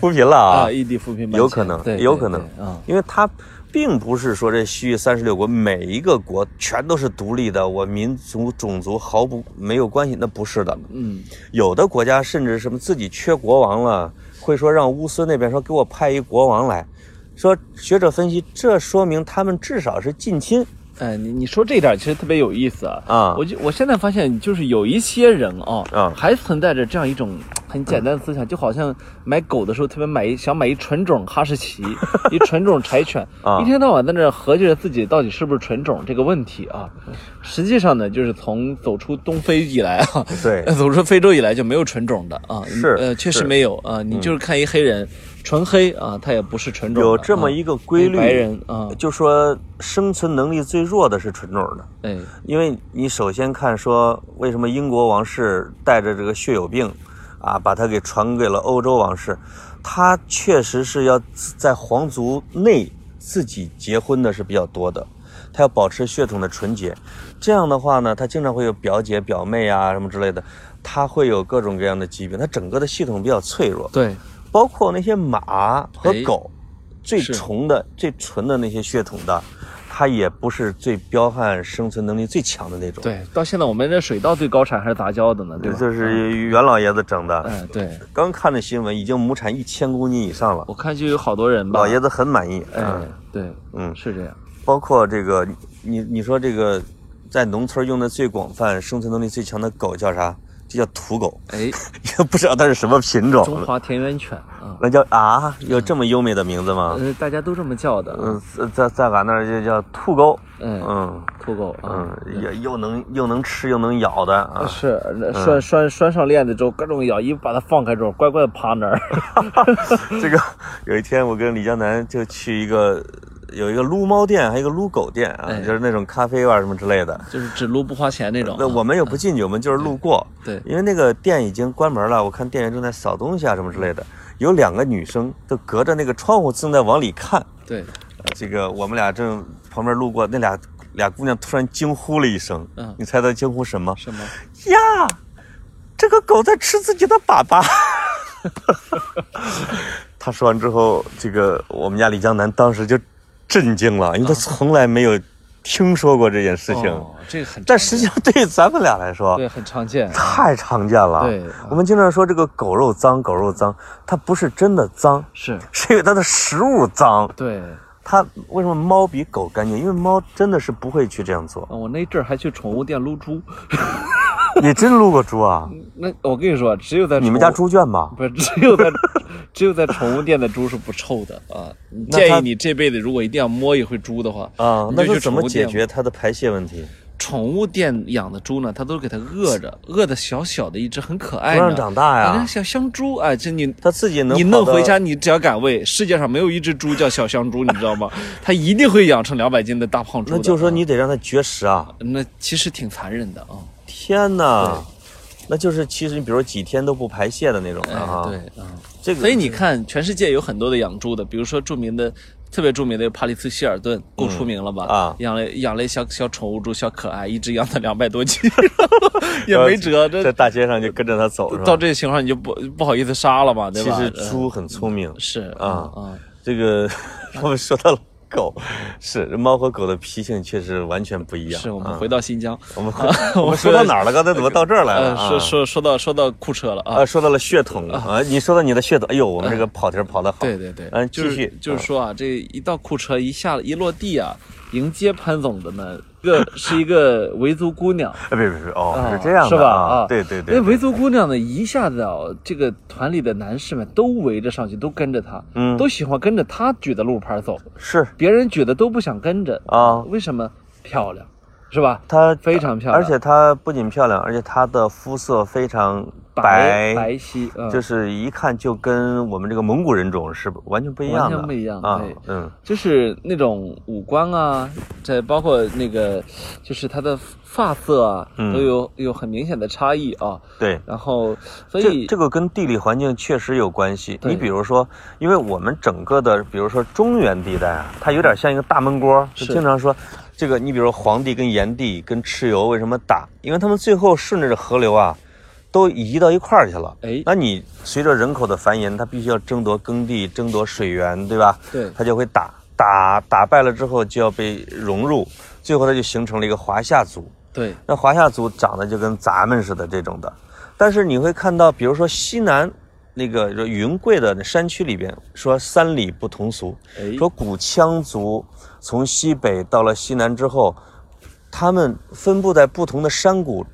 [SPEAKER 1] 扶贫了
[SPEAKER 2] 啊，异地扶贫搬
[SPEAKER 1] 哎
[SPEAKER 2] 迁，
[SPEAKER 1] 有可能
[SPEAKER 2] 对，
[SPEAKER 1] 有
[SPEAKER 2] 对
[SPEAKER 1] 可能
[SPEAKER 2] 对啊，
[SPEAKER 1] 因为它并不是说这西域三十六国每一个国全都是独立的，我民族种族毫不没有关系，那不是的。
[SPEAKER 2] 嗯，
[SPEAKER 1] 有的国家甚至什么自己缺国王了，会说让乌孙那边说给我派一国王来，说学者分析，这说明他们至少是近亲
[SPEAKER 2] 哎，你你说这点其实特别有意思啊。
[SPEAKER 1] 啊。
[SPEAKER 2] 我就我现在发现，就是有一些人啊，
[SPEAKER 1] 啊嗯
[SPEAKER 2] 还存在着这样一种很简单的思想，就好像买狗的时候特别买一想买一纯种哈士奇，一纯种柴犬，
[SPEAKER 1] *laughs* 啊
[SPEAKER 2] 一天到晚在那儿合计着自己到底是不是纯种这个问题啊。
[SPEAKER 1] 嗯
[SPEAKER 2] 实际上呢，就是从走出东非以来啊，
[SPEAKER 1] 对
[SPEAKER 2] *laughs* 走出非洲以来就没有纯种的啊，
[SPEAKER 1] 是嗯
[SPEAKER 2] 呃，确实
[SPEAKER 1] 是
[SPEAKER 2] 没有啊。你就是看一黑人，纯黑啊，他也不是纯种的，
[SPEAKER 1] 有这么一
[SPEAKER 2] 啊
[SPEAKER 1] 个规律，
[SPEAKER 2] 白人啊，
[SPEAKER 1] 就说生存能力最弱的是纯种的。
[SPEAKER 2] 哎，
[SPEAKER 1] 因为你首先看说，为什么英国王室带着这个血友病，啊，把它给传给了欧洲王室，他确实是要自在皇族内自己结婚的是比较多的，他要保持血统的纯洁。这样的话呢，他经常会有表姐、表妹啊什么之类的，他会有各种各样的疾病，他整个的系统比较脆弱。
[SPEAKER 2] 对，
[SPEAKER 1] 包括那些马和
[SPEAKER 2] 哎
[SPEAKER 1] 狗，最
[SPEAKER 2] 是
[SPEAKER 1] 纯的、最纯的那些血统的，它也不是最彪悍、生存能力最强的那种。，
[SPEAKER 2] 对，到现在我们这水稻最高产还是杂交的呢，对吧？
[SPEAKER 1] 就是袁老爷子整的。
[SPEAKER 2] 嗯，对，
[SPEAKER 1] 刚看的新闻，已经亩产一千公斤以上了，
[SPEAKER 2] 我看就有好多人吧，
[SPEAKER 1] 老爷子很满意。
[SPEAKER 2] 哎
[SPEAKER 1] 嗯，，
[SPEAKER 2] 对，
[SPEAKER 1] 嗯
[SPEAKER 2] 是这样，
[SPEAKER 1] 包括这个，你你说这个，在农村用的最广泛、生存能力最强的狗叫啥？这叫土狗， *laughs*
[SPEAKER 2] 哎，
[SPEAKER 1] 也不知道它是什么品种。
[SPEAKER 2] 中华田园犬啊，
[SPEAKER 1] 那叫啊，有这么优美的名字吗？
[SPEAKER 2] 呃，大家都这么叫的，
[SPEAKER 1] 嗯，在在俺那儿就叫土狗。
[SPEAKER 2] 嗯，
[SPEAKER 1] 嗯。
[SPEAKER 2] 土狗啊，
[SPEAKER 1] 嗯，也又能又能吃又能咬的
[SPEAKER 2] *laughs*
[SPEAKER 1] 啊，
[SPEAKER 2] 是那拴拴拴上链子之后，各种咬，一把它放开之后，乖乖的趴那
[SPEAKER 1] *laughs*
[SPEAKER 2] 儿，
[SPEAKER 1] 这个有一天我跟李江南就去一个有一个撸猫店，还有一个撸狗店啊，
[SPEAKER 2] 哎
[SPEAKER 1] 就是那种咖啡啊馆什么之类的。
[SPEAKER 2] 就是只撸不花钱那种啊。
[SPEAKER 1] 那我们也不进去，我们就是路过。
[SPEAKER 2] 对
[SPEAKER 1] 因为那个店已经关门了，我看店员正在扫东西啊什么之类的。有两个女生都隔着那个窗户正在往里看，
[SPEAKER 2] 对，
[SPEAKER 1] 这个我们俩正旁边路过，那俩俩姑娘突然惊呼了一声，
[SPEAKER 2] 嗯
[SPEAKER 1] 你猜她惊呼什么？
[SPEAKER 2] 什么？
[SPEAKER 1] 呀，这个狗在吃自己的粑粑。 *laughs* 他说完之后，这个我们家李江南当时就震惊了，因为他从来没有听说过这件事情。
[SPEAKER 2] 哦，这个很常见，
[SPEAKER 1] 但实际上，对于咱们俩来说
[SPEAKER 2] 对，很
[SPEAKER 1] *laughs*
[SPEAKER 2] 常见。
[SPEAKER 1] 太常见了。
[SPEAKER 2] 对
[SPEAKER 1] 我们经常说这个狗肉脏，狗肉脏，它不是真的脏，
[SPEAKER 2] 是，
[SPEAKER 1] 是因为它的食物脏。
[SPEAKER 2] 对，
[SPEAKER 1] 它为什么猫比狗干净？因为猫真的是不会去这样做
[SPEAKER 2] 啊。我那阵儿还去宠物店撸猪，
[SPEAKER 1] 你真撸过猪啊？
[SPEAKER 2] 那我跟你说，只有在
[SPEAKER 1] 你们
[SPEAKER 2] 宠
[SPEAKER 1] 家
[SPEAKER 2] 物
[SPEAKER 1] 猪圈吧？
[SPEAKER 2] 不
[SPEAKER 1] *laughs*
[SPEAKER 2] 是，只有在只有在宠物店的猪是不臭的啊！你
[SPEAKER 1] 那
[SPEAKER 2] 建
[SPEAKER 1] 它
[SPEAKER 2] 议你这辈子如果一定要摸一回猪的话，
[SPEAKER 1] 啊，
[SPEAKER 2] 你
[SPEAKER 1] 那就
[SPEAKER 2] 就去
[SPEAKER 1] 怎
[SPEAKER 2] 宠
[SPEAKER 1] 么
[SPEAKER 2] 物
[SPEAKER 1] 解
[SPEAKER 2] 店
[SPEAKER 1] 决它的排泄问题？
[SPEAKER 2] 宠物店养的猪呢，它都给它饿着，饿的小小的一只，很可
[SPEAKER 1] 不
[SPEAKER 2] 爱呢。
[SPEAKER 1] 让长大
[SPEAKER 2] 你
[SPEAKER 1] 呀
[SPEAKER 2] 看，小香猪，哎，这你
[SPEAKER 1] 它自己能
[SPEAKER 2] 你弄
[SPEAKER 1] 跑到
[SPEAKER 2] 回家，你只要敢喂，世界上没有一只猪叫小香猪，你知道
[SPEAKER 1] *laughs*
[SPEAKER 2] 吗？它一定会养成两百斤的大胖猪的。
[SPEAKER 1] 那就是说你得让它绝食啊！
[SPEAKER 2] 那其实挺残忍的啊。
[SPEAKER 1] 天哪，那就是其实你比如说几天都不排泄的那种的
[SPEAKER 2] 哎，
[SPEAKER 1] 哈。
[SPEAKER 2] 对，嗯。
[SPEAKER 1] 这个
[SPEAKER 2] 所以你看，全世界有很多的养猪的，比如说著名的、特别著名的帕里斯希尔顿，够出名了吧？
[SPEAKER 1] 啊
[SPEAKER 2] 养了养了一小小宠物猪，小可爱，一直养到两百
[SPEAKER 1] *laughs*
[SPEAKER 2] 多斤，也没辙。
[SPEAKER 1] 呃在
[SPEAKER 2] 这
[SPEAKER 1] 大街上就跟着它走是吧？
[SPEAKER 2] 到这个情况，你就不不好意思杀了嘛，对
[SPEAKER 1] 其
[SPEAKER 2] 吧？
[SPEAKER 1] 实
[SPEAKER 2] 呃
[SPEAKER 1] 猪很聪明，
[SPEAKER 2] 是
[SPEAKER 1] 啊
[SPEAKER 2] 啊，
[SPEAKER 1] 这
[SPEAKER 2] *laughs*
[SPEAKER 1] 个我们说到了狗，是猫和狗的脾性确实完全不一样。
[SPEAKER 2] 是我们 *laughs*
[SPEAKER 1] 啊
[SPEAKER 2] 回到新疆，
[SPEAKER 1] 我们
[SPEAKER 2] 我
[SPEAKER 1] 我们
[SPEAKER 2] 们
[SPEAKER 1] 说到哪儿了？刚才怎么到这儿来了
[SPEAKER 2] 呃，
[SPEAKER 1] 啊？
[SPEAKER 2] 说说说到说到库车了啊嗯
[SPEAKER 1] 啊，。说到了血统啊，你说到你的血统，哎呦，我们这个跑题儿跑得好。
[SPEAKER 2] 对对对，
[SPEAKER 1] 嗯，
[SPEAKER 2] 就
[SPEAKER 1] 继
[SPEAKER 2] 是
[SPEAKER 1] 续，
[SPEAKER 2] 就是说啊，这一到库车一下一落地啊，迎接潘总的呢，一个是一个维族姑娘，
[SPEAKER 1] 啊，别别别，哦，
[SPEAKER 2] 啊
[SPEAKER 1] 是这样的，
[SPEAKER 2] 是吧？
[SPEAKER 1] 啊，对对对
[SPEAKER 2] 那，维族姑娘呢，一下子啊，这个团里的男士们都围着上去，都跟着她，
[SPEAKER 1] 嗯
[SPEAKER 2] 都喜欢跟着她举的路牌走，
[SPEAKER 1] 是
[SPEAKER 2] 别人举的都不想跟着。
[SPEAKER 1] 啊，
[SPEAKER 2] 为什么？漂亮，是吧？
[SPEAKER 1] 它
[SPEAKER 2] 非常漂亮，
[SPEAKER 1] 而且它不仅漂亮，而且它的肤色非常
[SPEAKER 2] 白白皙，嗯、
[SPEAKER 1] 就是一看就跟我们这个蒙古人种是完全不一样的，
[SPEAKER 2] 完全不一样
[SPEAKER 1] 啊
[SPEAKER 2] 对，
[SPEAKER 1] 嗯，
[SPEAKER 2] 就是那种五官啊，这包括那个，就是她的发色啊，
[SPEAKER 1] 嗯
[SPEAKER 2] 都有有很明显的差异啊。
[SPEAKER 1] 对。
[SPEAKER 2] 然后，所
[SPEAKER 1] 这
[SPEAKER 2] 以
[SPEAKER 1] 这个跟地理环境确实有关系。
[SPEAKER 2] 对
[SPEAKER 1] 你比如说，因为我们整个的，比如说中原地带啊，它有点像一个大闷锅。就是经常说，这个你比如说黄帝跟炎帝跟蚩尤为什么打？因为他们最后顺着这河流啊，都移到一块儿去了。
[SPEAKER 2] 哎
[SPEAKER 1] 那你随着人口的繁衍，它必须要争夺耕地、争夺水源，对吧？
[SPEAKER 2] 对
[SPEAKER 1] 它就会打打打败了之后就要被融入，最后它就形成了一个华夏族。
[SPEAKER 2] 对
[SPEAKER 1] 那华夏族长得就跟咱们似的这种的，但是你会看到，比如说西南那个云贵的山区里边，说三里不同俗，
[SPEAKER 2] 哎
[SPEAKER 1] 说古羌族从西北到了西南之后，他们分布在不同的山谷，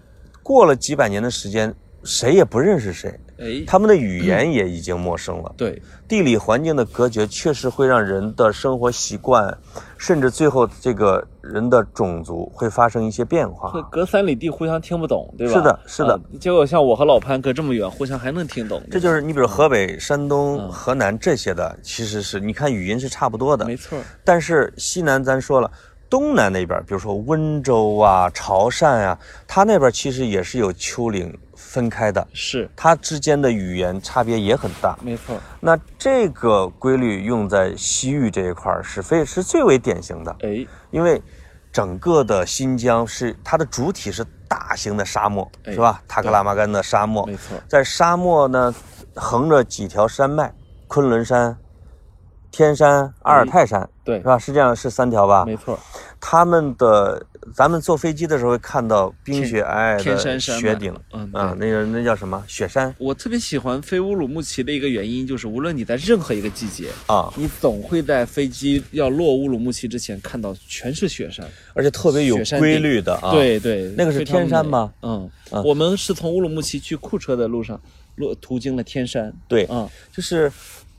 [SPEAKER 1] 过了几百年的时间，谁也不认识谁，
[SPEAKER 2] 哎
[SPEAKER 1] 他们的语言也已经陌生了。
[SPEAKER 2] 对
[SPEAKER 1] 地理环境的隔绝确实会让人的生活习惯，甚至最后这个人的种族会发生一些变化。
[SPEAKER 2] 会隔三里地互相听不懂，对吧？
[SPEAKER 1] 是的是的
[SPEAKER 2] 啊结果像我和老潘隔这么远，互相还能听懂，
[SPEAKER 1] 这就是你比如河北、山东、
[SPEAKER 2] 嗯
[SPEAKER 1] 河南这些的，其实是你看语音是差不多的，
[SPEAKER 2] 没错儿。
[SPEAKER 1] 但是西南咱说了。东南那边，比如说温州啊、潮汕啊，它那边其实也是有丘陵分开的，
[SPEAKER 2] 是
[SPEAKER 1] 它之间的语言差别也很大。
[SPEAKER 2] 没错儿。
[SPEAKER 1] 那这个规律用在西域这一块儿是非是最为典型的，
[SPEAKER 2] 哎
[SPEAKER 1] 因为整个的新疆是它的主体是大型的沙漠，
[SPEAKER 2] 哎
[SPEAKER 1] 是吧？塔克拉玛干的沙漠，
[SPEAKER 2] 没错儿。
[SPEAKER 1] 在沙漠呢，横着几条山脉，昆仑山、天山、阿尔泰山，
[SPEAKER 2] 对
[SPEAKER 1] 是吧？是这样，是三条吧？
[SPEAKER 2] 没错儿。
[SPEAKER 1] 他们的，咱们坐飞机的时候会看到冰雪皑皑
[SPEAKER 2] 嗯天山
[SPEAKER 1] 哎的
[SPEAKER 2] 山脉
[SPEAKER 1] 雪顶，
[SPEAKER 2] 嗯对
[SPEAKER 1] 啊，那个那叫什么雪山
[SPEAKER 2] 我特别喜欢飞乌鲁木齐的一个原因就是，无论你在任何一个季节，
[SPEAKER 1] 啊，
[SPEAKER 2] 你总会在飞机要落乌鲁木齐之前看到全是雪山。
[SPEAKER 1] 而且特别有
[SPEAKER 2] 雪山
[SPEAKER 1] 规
[SPEAKER 2] 顶
[SPEAKER 1] 律的啊。，
[SPEAKER 2] 对对，
[SPEAKER 1] 那个是
[SPEAKER 2] 非常
[SPEAKER 1] 天山
[SPEAKER 2] 美
[SPEAKER 1] 吗？
[SPEAKER 2] 嗯，
[SPEAKER 1] 啊
[SPEAKER 2] 我们是从乌鲁木齐去库车的路上，路途经了天山。
[SPEAKER 1] 对
[SPEAKER 2] 嗯，
[SPEAKER 1] 就是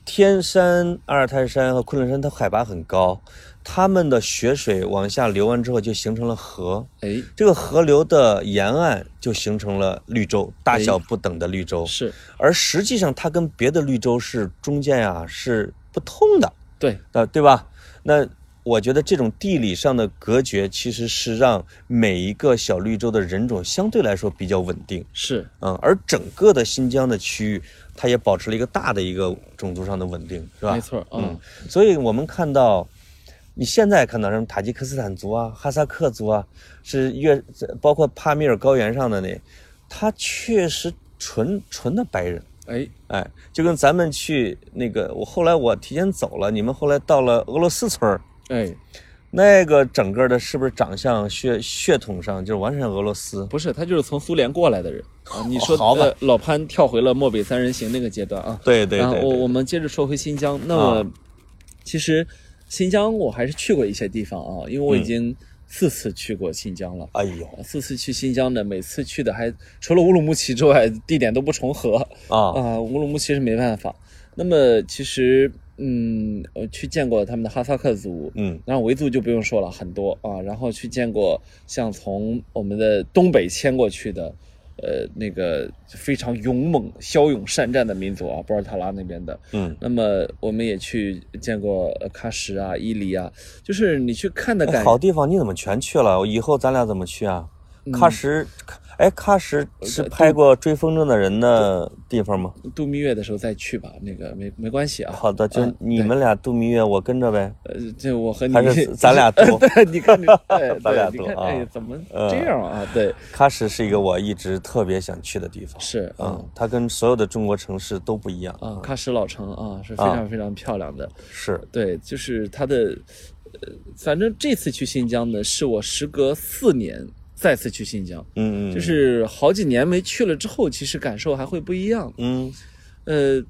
[SPEAKER 1] 天山、阿尔泰山和昆仑山，它海拔很高，它们的雪水往下流完之后就形成了河。
[SPEAKER 2] 哎，
[SPEAKER 1] 这个河流的沿岸就形成了绿洲，大小不等的绿洲。
[SPEAKER 2] 哎是
[SPEAKER 1] 而实际上它跟别的绿洲是中间呀、是不通的，
[SPEAKER 2] 对，
[SPEAKER 1] 呃，对吧？那我觉得这种地理上的隔绝，其实是让每一个小绿洲的人种相对来说比较稳定，
[SPEAKER 2] 是
[SPEAKER 1] 嗯，而整个的新疆的区域，它也保持了一个大的一个种族上的稳定，是吧？
[SPEAKER 2] 没错儿。嗯
[SPEAKER 1] 嗯，所以我们看到，你现在看到什么塔吉克斯坦族啊、哈萨克族啊，是越包括帕米尔高原上的那，他确实纯纯的白人，
[SPEAKER 2] 哎，
[SPEAKER 1] 哎，就跟咱们去那个，我后来我提前走了，你们后来到了俄罗斯村儿，
[SPEAKER 2] 哎，
[SPEAKER 1] 那个整个的是不是长相血血统上就是完全俄罗斯？
[SPEAKER 2] 不是，他就是从苏联过来的人啊。你说，
[SPEAKER 1] 哦好吧
[SPEAKER 2] 呃，老潘跳回了漠北三人行那个阶段啊。
[SPEAKER 1] 对对
[SPEAKER 2] 然后
[SPEAKER 1] 对
[SPEAKER 2] 我
[SPEAKER 1] 对，
[SPEAKER 2] 我们接着说回新疆，那么、
[SPEAKER 1] 啊
[SPEAKER 2] 其实新疆我还是去过一些地方啊，因为我
[SPEAKER 1] 嗯
[SPEAKER 2] 已经四次去过新疆了。啊
[SPEAKER 1] 哎呦
[SPEAKER 2] 四次去新疆的，每次去的还除了乌鲁木齐之外，地点都不重合。
[SPEAKER 1] 啊
[SPEAKER 2] 啊、乌鲁木齐是没办法。那么其实嗯，我去见过他们的哈萨克族，
[SPEAKER 1] 嗯
[SPEAKER 2] 然后维族就不用说了，很多啊。然后去见过像从我们的东北迁过去的，呃，那个非常勇猛、骁勇善战的民族啊，博尔塔拉那边的。
[SPEAKER 1] 嗯，
[SPEAKER 2] 那么我们也去见过呃喀什啊、伊犁啊，就是你去看的
[SPEAKER 1] 哎
[SPEAKER 2] 感
[SPEAKER 1] 好
[SPEAKER 2] 觉，
[SPEAKER 1] 地方你怎么全去了？以后咱俩怎么去啊？
[SPEAKER 2] 嗯
[SPEAKER 1] 喀什，哎，喀什
[SPEAKER 2] 呃
[SPEAKER 1] 是拍过《追风筝的人》的地方吗？
[SPEAKER 2] 度蜜月的时候再去吧，那个没没关系啊。
[SPEAKER 1] 好的，就
[SPEAKER 2] 嗯
[SPEAKER 1] 你们俩度蜜月，我跟着呗。
[SPEAKER 2] 呃，这我和你
[SPEAKER 1] 还
[SPEAKER 2] *laughs*
[SPEAKER 1] 是咱俩多
[SPEAKER 2] 对，
[SPEAKER 1] *laughs*
[SPEAKER 2] 你看你，对
[SPEAKER 1] 咱俩
[SPEAKER 2] 对
[SPEAKER 1] 多
[SPEAKER 2] 你看，
[SPEAKER 1] 啊
[SPEAKER 2] 哎，怎么
[SPEAKER 1] 嗯
[SPEAKER 2] 这样啊？对，
[SPEAKER 1] 喀什是一个我一直特别想去的地方。
[SPEAKER 2] 是啊。
[SPEAKER 1] 嗯，它跟所有的中国城市都不一样。
[SPEAKER 2] 啊，喀什老城啊，是非
[SPEAKER 1] 啊
[SPEAKER 2] 常非常漂亮的。
[SPEAKER 1] 是，
[SPEAKER 2] 对，就是它的，呃，反正这次去新疆呢，是我时隔四年再次去新疆，
[SPEAKER 1] 嗯嗯，
[SPEAKER 2] 就是好几年没去了之后，其实感受还会不一样。
[SPEAKER 1] 嗯
[SPEAKER 2] 呃，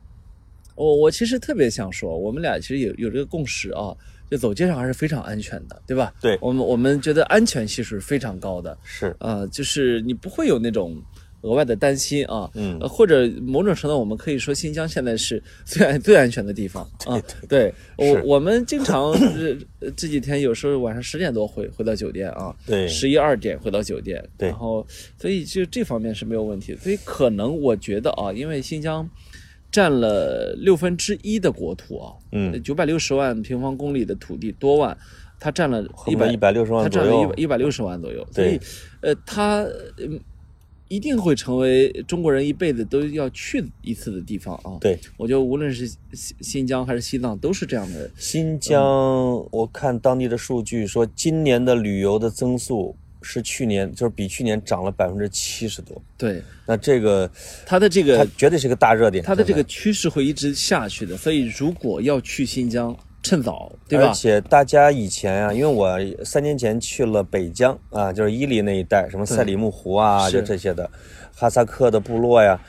[SPEAKER 2] 我我其实特别想说，我们俩其实有有这个共识啊，就走街上还是非常安全的，对吧？
[SPEAKER 1] 对
[SPEAKER 2] 我们我们觉得安全系数是非常高的，
[SPEAKER 1] 是，
[SPEAKER 2] 啊，就是你不会有那种额外的担心啊。
[SPEAKER 1] 嗯
[SPEAKER 2] 呃，或者某种程度，我们可以说新疆现在是最安最安全的
[SPEAKER 1] *laughs*
[SPEAKER 2] 地方啊。对，我
[SPEAKER 1] 是
[SPEAKER 2] 我们经常呃这几天有时候晚上十点多回回到酒店啊，
[SPEAKER 1] 对，
[SPEAKER 2] 十一二点回到酒店，
[SPEAKER 1] 对
[SPEAKER 2] 然后所以就这方面是没有问题。所以可能我觉得啊，因为新疆占了六分之一的国土啊，
[SPEAKER 1] 嗯，
[SPEAKER 2] 九百六十万平方公里的土地多万，它占了一
[SPEAKER 1] 一
[SPEAKER 2] 百
[SPEAKER 1] 百一百六十
[SPEAKER 2] 它
[SPEAKER 1] 万左
[SPEAKER 2] 占了一
[SPEAKER 1] 右
[SPEAKER 2] 百。一百六十万左右，所
[SPEAKER 1] 对
[SPEAKER 2] 以，呃，它嗯一定会成为中国人一辈子都要去一次的地方啊。，
[SPEAKER 1] 对，
[SPEAKER 2] 我觉得无论是新新疆还是西藏，都是这样的。
[SPEAKER 1] 新疆，我看当地的数据说，今年的旅游的增速是去年，就是比去年涨了百分之七十多。
[SPEAKER 2] 对，
[SPEAKER 1] 那这个，
[SPEAKER 2] 它的这
[SPEAKER 1] 它
[SPEAKER 2] 个
[SPEAKER 1] 绝对是个大热点。
[SPEAKER 2] 它的这个
[SPEAKER 1] 现在，
[SPEAKER 2] 趋势会一直下去的，所以如果要去新疆，趁早，对吧
[SPEAKER 1] 而？且大家以前啊，因为我三年前去了北疆啊，就是伊犁那一带，什么赛里木湖啊，
[SPEAKER 2] 是
[SPEAKER 1] 就这些的，哈萨克的部落呀，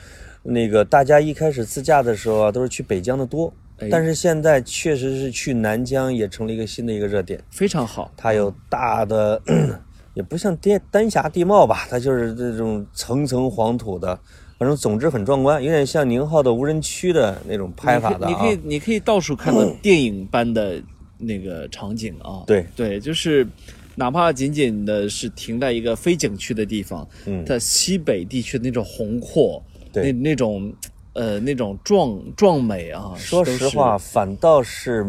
[SPEAKER 1] 那个大家一开始自驾的时候啊，都是去北疆的多
[SPEAKER 2] 哎。
[SPEAKER 1] 但是现在确实是去南疆也成了一个新的一个热点。
[SPEAKER 2] 非常好，
[SPEAKER 1] 它有大的， *clears throat* 也不像丹丹霞地貌吧，它就是这种层层黄土的，反正总之很壮观，有点像宁浩的无人区的那种拍法的
[SPEAKER 2] 你
[SPEAKER 1] 啊
[SPEAKER 2] 可。以你可以你可以到处看到电影般的那个场景啊。
[SPEAKER 1] 对
[SPEAKER 2] 对，就是哪怕仅仅的是停在一个非景区的地方，
[SPEAKER 1] 嗯
[SPEAKER 2] 在西北地区的那种宏阔，
[SPEAKER 1] 对
[SPEAKER 2] 那那种呃那种壮壮美啊，
[SPEAKER 1] 说
[SPEAKER 2] 都
[SPEAKER 1] 实
[SPEAKER 2] 是
[SPEAKER 1] 话，，反倒是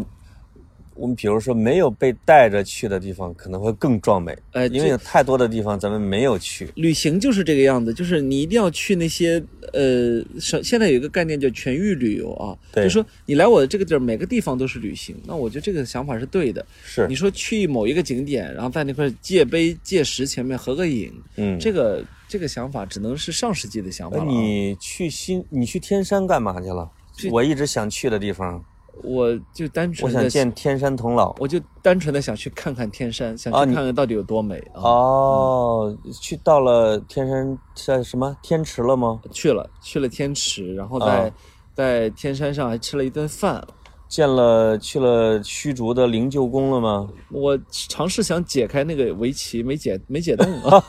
[SPEAKER 1] 我们比如说没有被带着去的地方，可能会更壮美，
[SPEAKER 2] 呃，
[SPEAKER 1] 因
[SPEAKER 2] 这
[SPEAKER 1] 为有太多的地方咱们没有去。
[SPEAKER 2] 旅行就是这个样子，就是你一定要去那些呃，是现在有一个概念叫全域旅游啊，
[SPEAKER 1] 对
[SPEAKER 2] 就说你来我的这个地儿，每个地方都是旅行。那我觉得这个想法是对的。
[SPEAKER 1] 是
[SPEAKER 2] 你，说去某一个景点，然后在那块界碑、界石前面合个影，
[SPEAKER 1] 嗯，
[SPEAKER 2] 这个这个想法只能是上世纪的想法
[SPEAKER 1] 哎
[SPEAKER 2] 了、啊。
[SPEAKER 1] 你去新，你去天山干嘛去了
[SPEAKER 2] 去？
[SPEAKER 1] 我一直想去的地方，
[SPEAKER 2] 我就单
[SPEAKER 1] 我
[SPEAKER 2] 纯的
[SPEAKER 1] 想见天山童姥。
[SPEAKER 2] 我就单纯的想去看看天山，想去
[SPEAKER 1] 啊你
[SPEAKER 2] 看看到底有多美啊！
[SPEAKER 1] 哦，去到了天山在什么天池了吗？
[SPEAKER 2] 去了去了天池，然后在、
[SPEAKER 1] 啊
[SPEAKER 2] 在天山上还吃了一顿饭。
[SPEAKER 1] 见了去了虚竹的灵鹫宫了
[SPEAKER 2] *laughs*
[SPEAKER 1] 吗？
[SPEAKER 2] 我尝试想解开那个围棋，没解没解动
[SPEAKER 1] *laughs*
[SPEAKER 2] 啊。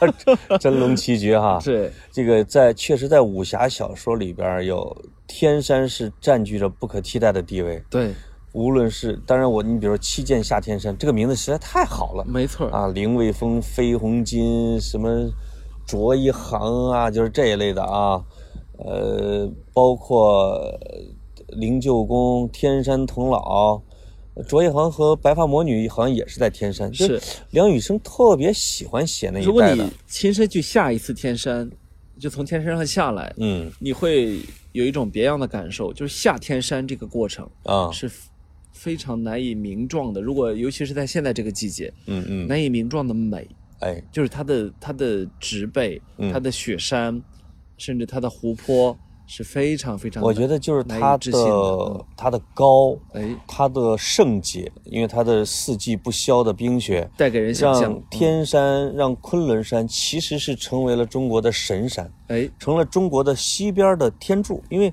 [SPEAKER 1] 真龙棋局
[SPEAKER 2] *laughs*
[SPEAKER 1] 哈，
[SPEAKER 2] 对，
[SPEAKER 1] 这个在确实在武侠小说里边有天山是占据着不可替代的地位，
[SPEAKER 2] 对，
[SPEAKER 1] 无论是当然我你比如说七剑下天山这个名字实在太好了
[SPEAKER 2] 没错儿。
[SPEAKER 1] 啊，凌卫峰飞鸿金什么卓一航啊，就是这一类的啊，呃，包括呃灵鹫宫、天山童姥。卓一航和白发魔女好像也是在天山，就是梁羽生特别喜欢写那
[SPEAKER 2] 如
[SPEAKER 1] 一
[SPEAKER 2] 果
[SPEAKER 1] 带的
[SPEAKER 2] 你，亲身去下一次天山，就从天山上下来，
[SPEAKER 1] 嗯
[SPEAKER 2] 你会有一种别样的感受，就是下天山这个过程
[SPEAKER 1] 啊，
[SPEAKER 2] 是非非常难以名状的。如果尤其是在现在这个季节，
[SPEAKER 1] 嗯嗯，
[SPEAKER 2] 难以名状的美，
[SPEAKER 1] 哎，
[SPEAKER 2] 就是它的它的植被、
[SPEAKER 1] 嗯
[SPEAKER 2] 它的雪山，甚至它的湖泊是非常非常。
[SPEAKER 1] 我觉得就是
[SPEAKER 2] 难以
[SPEAKER 1] 它
[SPEAKER 2] 置信的嗯
[SPEAKER 1] 的它的高，
[SPEAKER 2] 哎，
[SPEAKER 1] 它的圣洁，因为它的四季不消的冰雪，
[SPEAKER 2] 带给人想象
[SPEAKER 1] 让，天山、让昆仑山其实是成为了中国的神山，
[SPEAKER 2] 哎，
[SPEAKER 1] 成了中国的西边的天柱。因为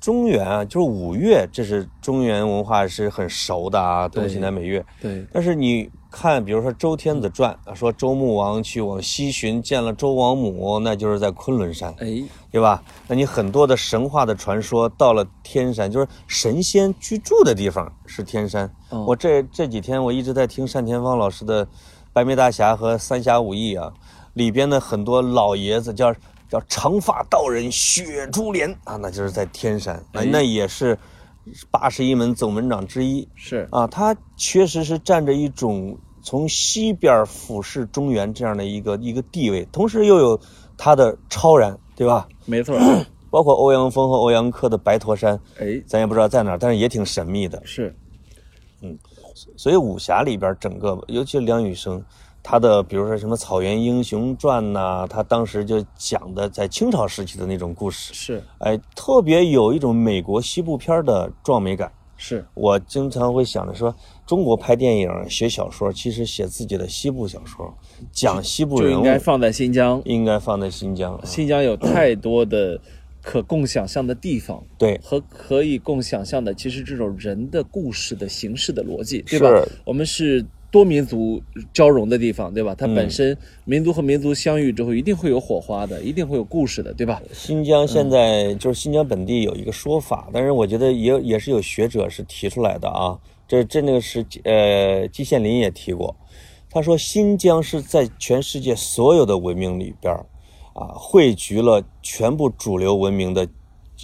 [SPEAKER 1] 中原啊，就是五岳，这是中原文化是很熟的啊，
[SPEAKER 2] 对
[SPEAKER 1] 东西南北岳。
[SPEAKER 2] 对
[SPEAKER 1] 但是你看，比如说《周天子传》，啊，说周穆王去往西巡见了周王母，那就是在昆仑山，
[SPEAKER 2] 哎，
[SPEAKER 1] 对吧？那你很多的神话的传说到了天山，就是神仙居住的地方是天山。
[SPEAKER 2] 哦
[SPEAKER 1] 我这这几天我一直在听单田芳老师的《白眉大侠》和《三侠五义》啊，里边的很多老爷子叫叫长发道人雪珠帘啊，那就是在天山，那
[SPEAKER 2] 哎
[SPEAKER 1] 那也是八十一门总门长之一。
[SPEAKER 2] 是
[SPEAKER 1] 啊，它确实是占着一种从西边俯视中原这样的一个一个地位，同时又有它的超然，对吧？
[SPEAKER 2] 没错儿，
[SPEAKER 1] 包括欧阳锋和欧阳克的白驼山，
[SPEAKER 2] 哎，
[SPEAKER 1] 咱也不知道在哪儿，但是也挺神秘的。
[SPEAKER 2] 是
[SPEAKER 1] 所以武侠里边整个，尤其是梁羽生，他的比如说什么《草原英雄传》呐、他当时就讲的在清朝时期的那种故事，
[SPEAKER 2] 是
[SPEAKER 1] 哎，特别有一种美国西部片的壮美感。
[SPEAKER 2] 是，
[SPEAKER 1] 我经常会想着说，中国拍电影、写小说，其实写自己的西部小说，讲西部
[SPEAKER 2] 就
[SPEAKER 1] 人
[SPEAKER 2] 应
[SPEAKER 1] 物，
[SPEAKER 2] 该放在新疆。
[SPEAKER 1] 应该放在新疆。啊
[SPEAKER 2] 新疆有太多的可供想象的地方
[SPEAKER 1] 对，
[SPEAKER 2] 和可以供想象的，其实这种人的故事的形式的逻辑，对吧
[SPEAKER 1] 是？
[SPEAKER 2] 我们是多民族交融的地方，对吧？它
[SPEAKER 1] 嗯
[SPEAKER 2] 本身民族和民族相遇之后，一定会有火花的，一定会有故事的，对吧？
[SPEAKER 1] 新疆现在就是新疆本地有一个说法，但是我觉得也也是有学者是提出来的啊。这这那个是呃，季羡林也提过，他说新疆是在全世界所有的文明里边儿啊，汇聚了全部主流文明的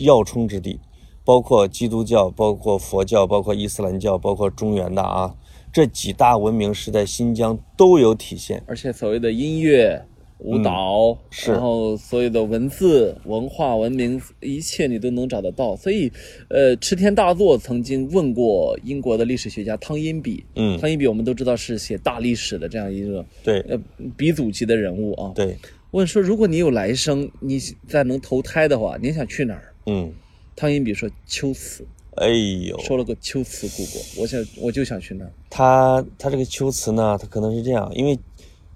[SPEAKER 1] 要冲之地，包括基督教、包括佛教、包括伊斯兰教、包括中原的啊，这几大文明是在新疆都有体现。
[SPEAKER 2] 而且所谓的音乐、舞蹈，
[SPEAKER 1] 嗯是
[SPEAKER 2] 然后所有的文字、文化、文明，一切你都能找得到。所以，呃，池田大作曾经问过英国的历史学家汤因比，
[SPEAKER 1] 嗯
[SPEAKER 2] 汤因比我们都知道是写大历史的这样一个
[SPEAKER 1] 对
[SPEAKER 2] 呃鼻祖级的人物啊。
[SPEAKER 1] 对，
[SPEAKER 2] 问说，如果你有来生，你再能投胎的话，你想去哪儿？
[SPEAKER 1] 嗯，
[SPEAKER 2] 汤因比说秋瓷，
[SPEAKER 1] 哎呦，
[SPEAKER 2] 说了个秋瓷故国，我想我就想去那儿。
[SPEAKER 1] 它它这个秋词呢，它可能是这样，因为，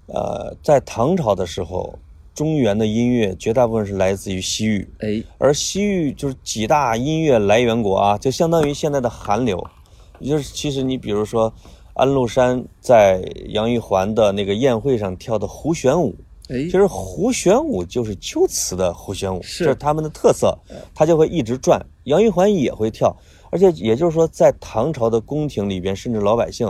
[SPEAKER 1] 呃，在唐朝的时候，中原的音乐绝大部分是来自于西域，
[SPEAKER 2] 哎，
[SPEAKER 1] 而西域就是几大音乐来源国啊，就相当于现在的韩流，也就是其实你比如说，安禄山在杨玉环的那个宴会上跳的胡旋舞，
[SPEAKER 2] 哎
[SPEAKER 1] 其，实胡旋舞就是秋瓷的胡旋舞，
[SPEAKER 2] 是嗯
[SPEAKER 1] 这是他们的特色，它就会一直转。杨玉环也会跳，而且也就是说，在唐朝的宫廷里边，甚至老百姓，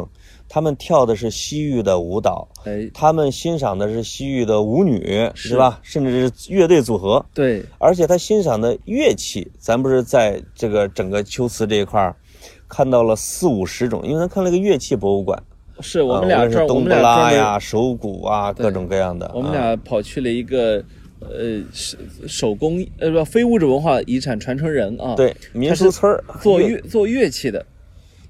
[SPEAKER 1] 他们跳的是西域的舞蹈，
[SPEAKER 2] 哎，
[SPEAKER 1] 他们欣赏的是西域的舞女，
[SPEAKER 2] 是
[SPEAKER 1] 是吧？甚至是乐队组合，
[SPEAKER 2] 对，
[SPEAKER 1] 而且他欣赏的乐器，咱不是在这个整个秋瓷这一块儿看到了四五十种，因为咱看了一个乐器博物馆，
[SPEAKER 2] 是我们
[SPEAKER 1] 啊
[SPEAKER 2] 俩
[SPEAKER 1] 无论
[SPEAKER 2] 这儿，
[SPEAKER 1] 是
[SPEAKER 2] 我
[SPEAKER 1] 冬
[SPEAKER 2] 们
[SPEAKER 1] 不
[SPEAKER 2] 俩专
[SPEAKER 1] 拉
[SPEAKER 2] 门
[SPEAKER 1] 呀、手鼓啊，各种各样的，
[SPEAKER 2] 我们
[SPEAKER 1] 啊
[SPEAKER 2] 俩跑去了一个呃手手工呃不非物质文化遗产传承人啊，，
[SPEAKER 1] 对民俗村儿
[SPEAKER 2] 做乐做乐器的，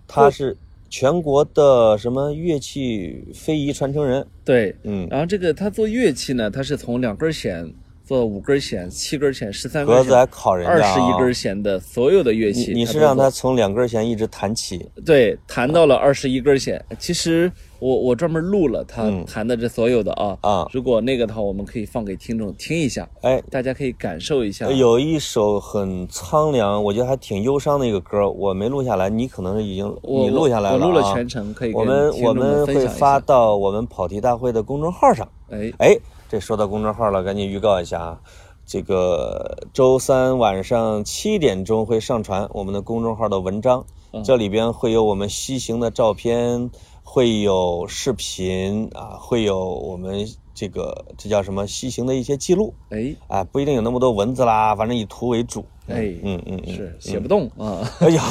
[SPEAKER 1] 他是全国的什么乐器非遗传承人。
[SPEAKER 2] 对，
[SPEAKER 1] 嗯，
[SPEAKER 2] 然后这个他做乐器呢，他是从两根弦做到五根弦、七根弦、十三
[SPEAKER 1] 格
[SPEAKER 2] 根
[SPEAKER 1] 子还
[SPEAKER 2] 弦、
[SPEAKER 1] 考人
[SPEAKER 2] 二
[SPEAKER 1] 家、
[SPEAKER 2] 十
[SPEAKER 1] 啊，
[SPEAKER 2] 一根弦的所有的乐器，
[SPEAKER 1] 你你是
[SPEAKER 2] 都
[SPEAKER 1] 让
[SPEAKER 2] 做
[SPEAKER 1] 他从两根弦一直弹起，
[SPEAKER 2] 对弹到了二十一根弦。其实我我专门录了他
[SPEAKER 1] 嗯
[SPEAKER 2] 弹的这所有的啊
[SPEAKER 1] 啊
[SPEAKER 2] 如果那个的话，我们可以放给听众听一下，
[SPEAKER 1] 哎。
[SPEAKER 2] 大家可以感受一下。
[SPEAKER 1] 有一首很苍凉，我觉得还挺忧伤的一个歌，我没录下来，你可能是已经
[SPEAKER 2] 我
[SPEAKER 1] 你录下来
[SPEAKER 2] 我
[SPEAKER 1] 了、啊、
[SPEAKER 2] 录了全程，可以
[SPEAKER 1] 我
[SPEAKER 2] 跟
[SPEAKER 1] 们
[SPEAKER 2] 听
[SPEAKER 1] 我
[SPEAKER 2] 众
[SPEAKER 1] 们
[SPEAKER 2] 分享
[SPEAKER 1] 会
[SPEAKER 2] 一下
[SPEAKER 1] 发到我们跑题大会的公众号上。
[SPEAKER 2] 哎。
[SPEAKER 1] 哎，这说到公众号了，赶紧预告一下啊！这个周三晚上七点钟会上传我们的公众号的文章，这里边会有我们西行的照片，会有视频啊，会有我们这个这叫什么西行的一些记录
[SPEAKER 2] 哎
[SPEAKER 1] 啊，不一定有那么多文字啦，反正以图为主。
[SPEAKER 2] 哎，
[SPEAKER 1] 嗯嗯嗯，
[SPEAKER 2] 是写不动
[SPEAKER 1] *laughs*
[SPEAKER 2] 啊！
[SPEAKER 1] 哎呀，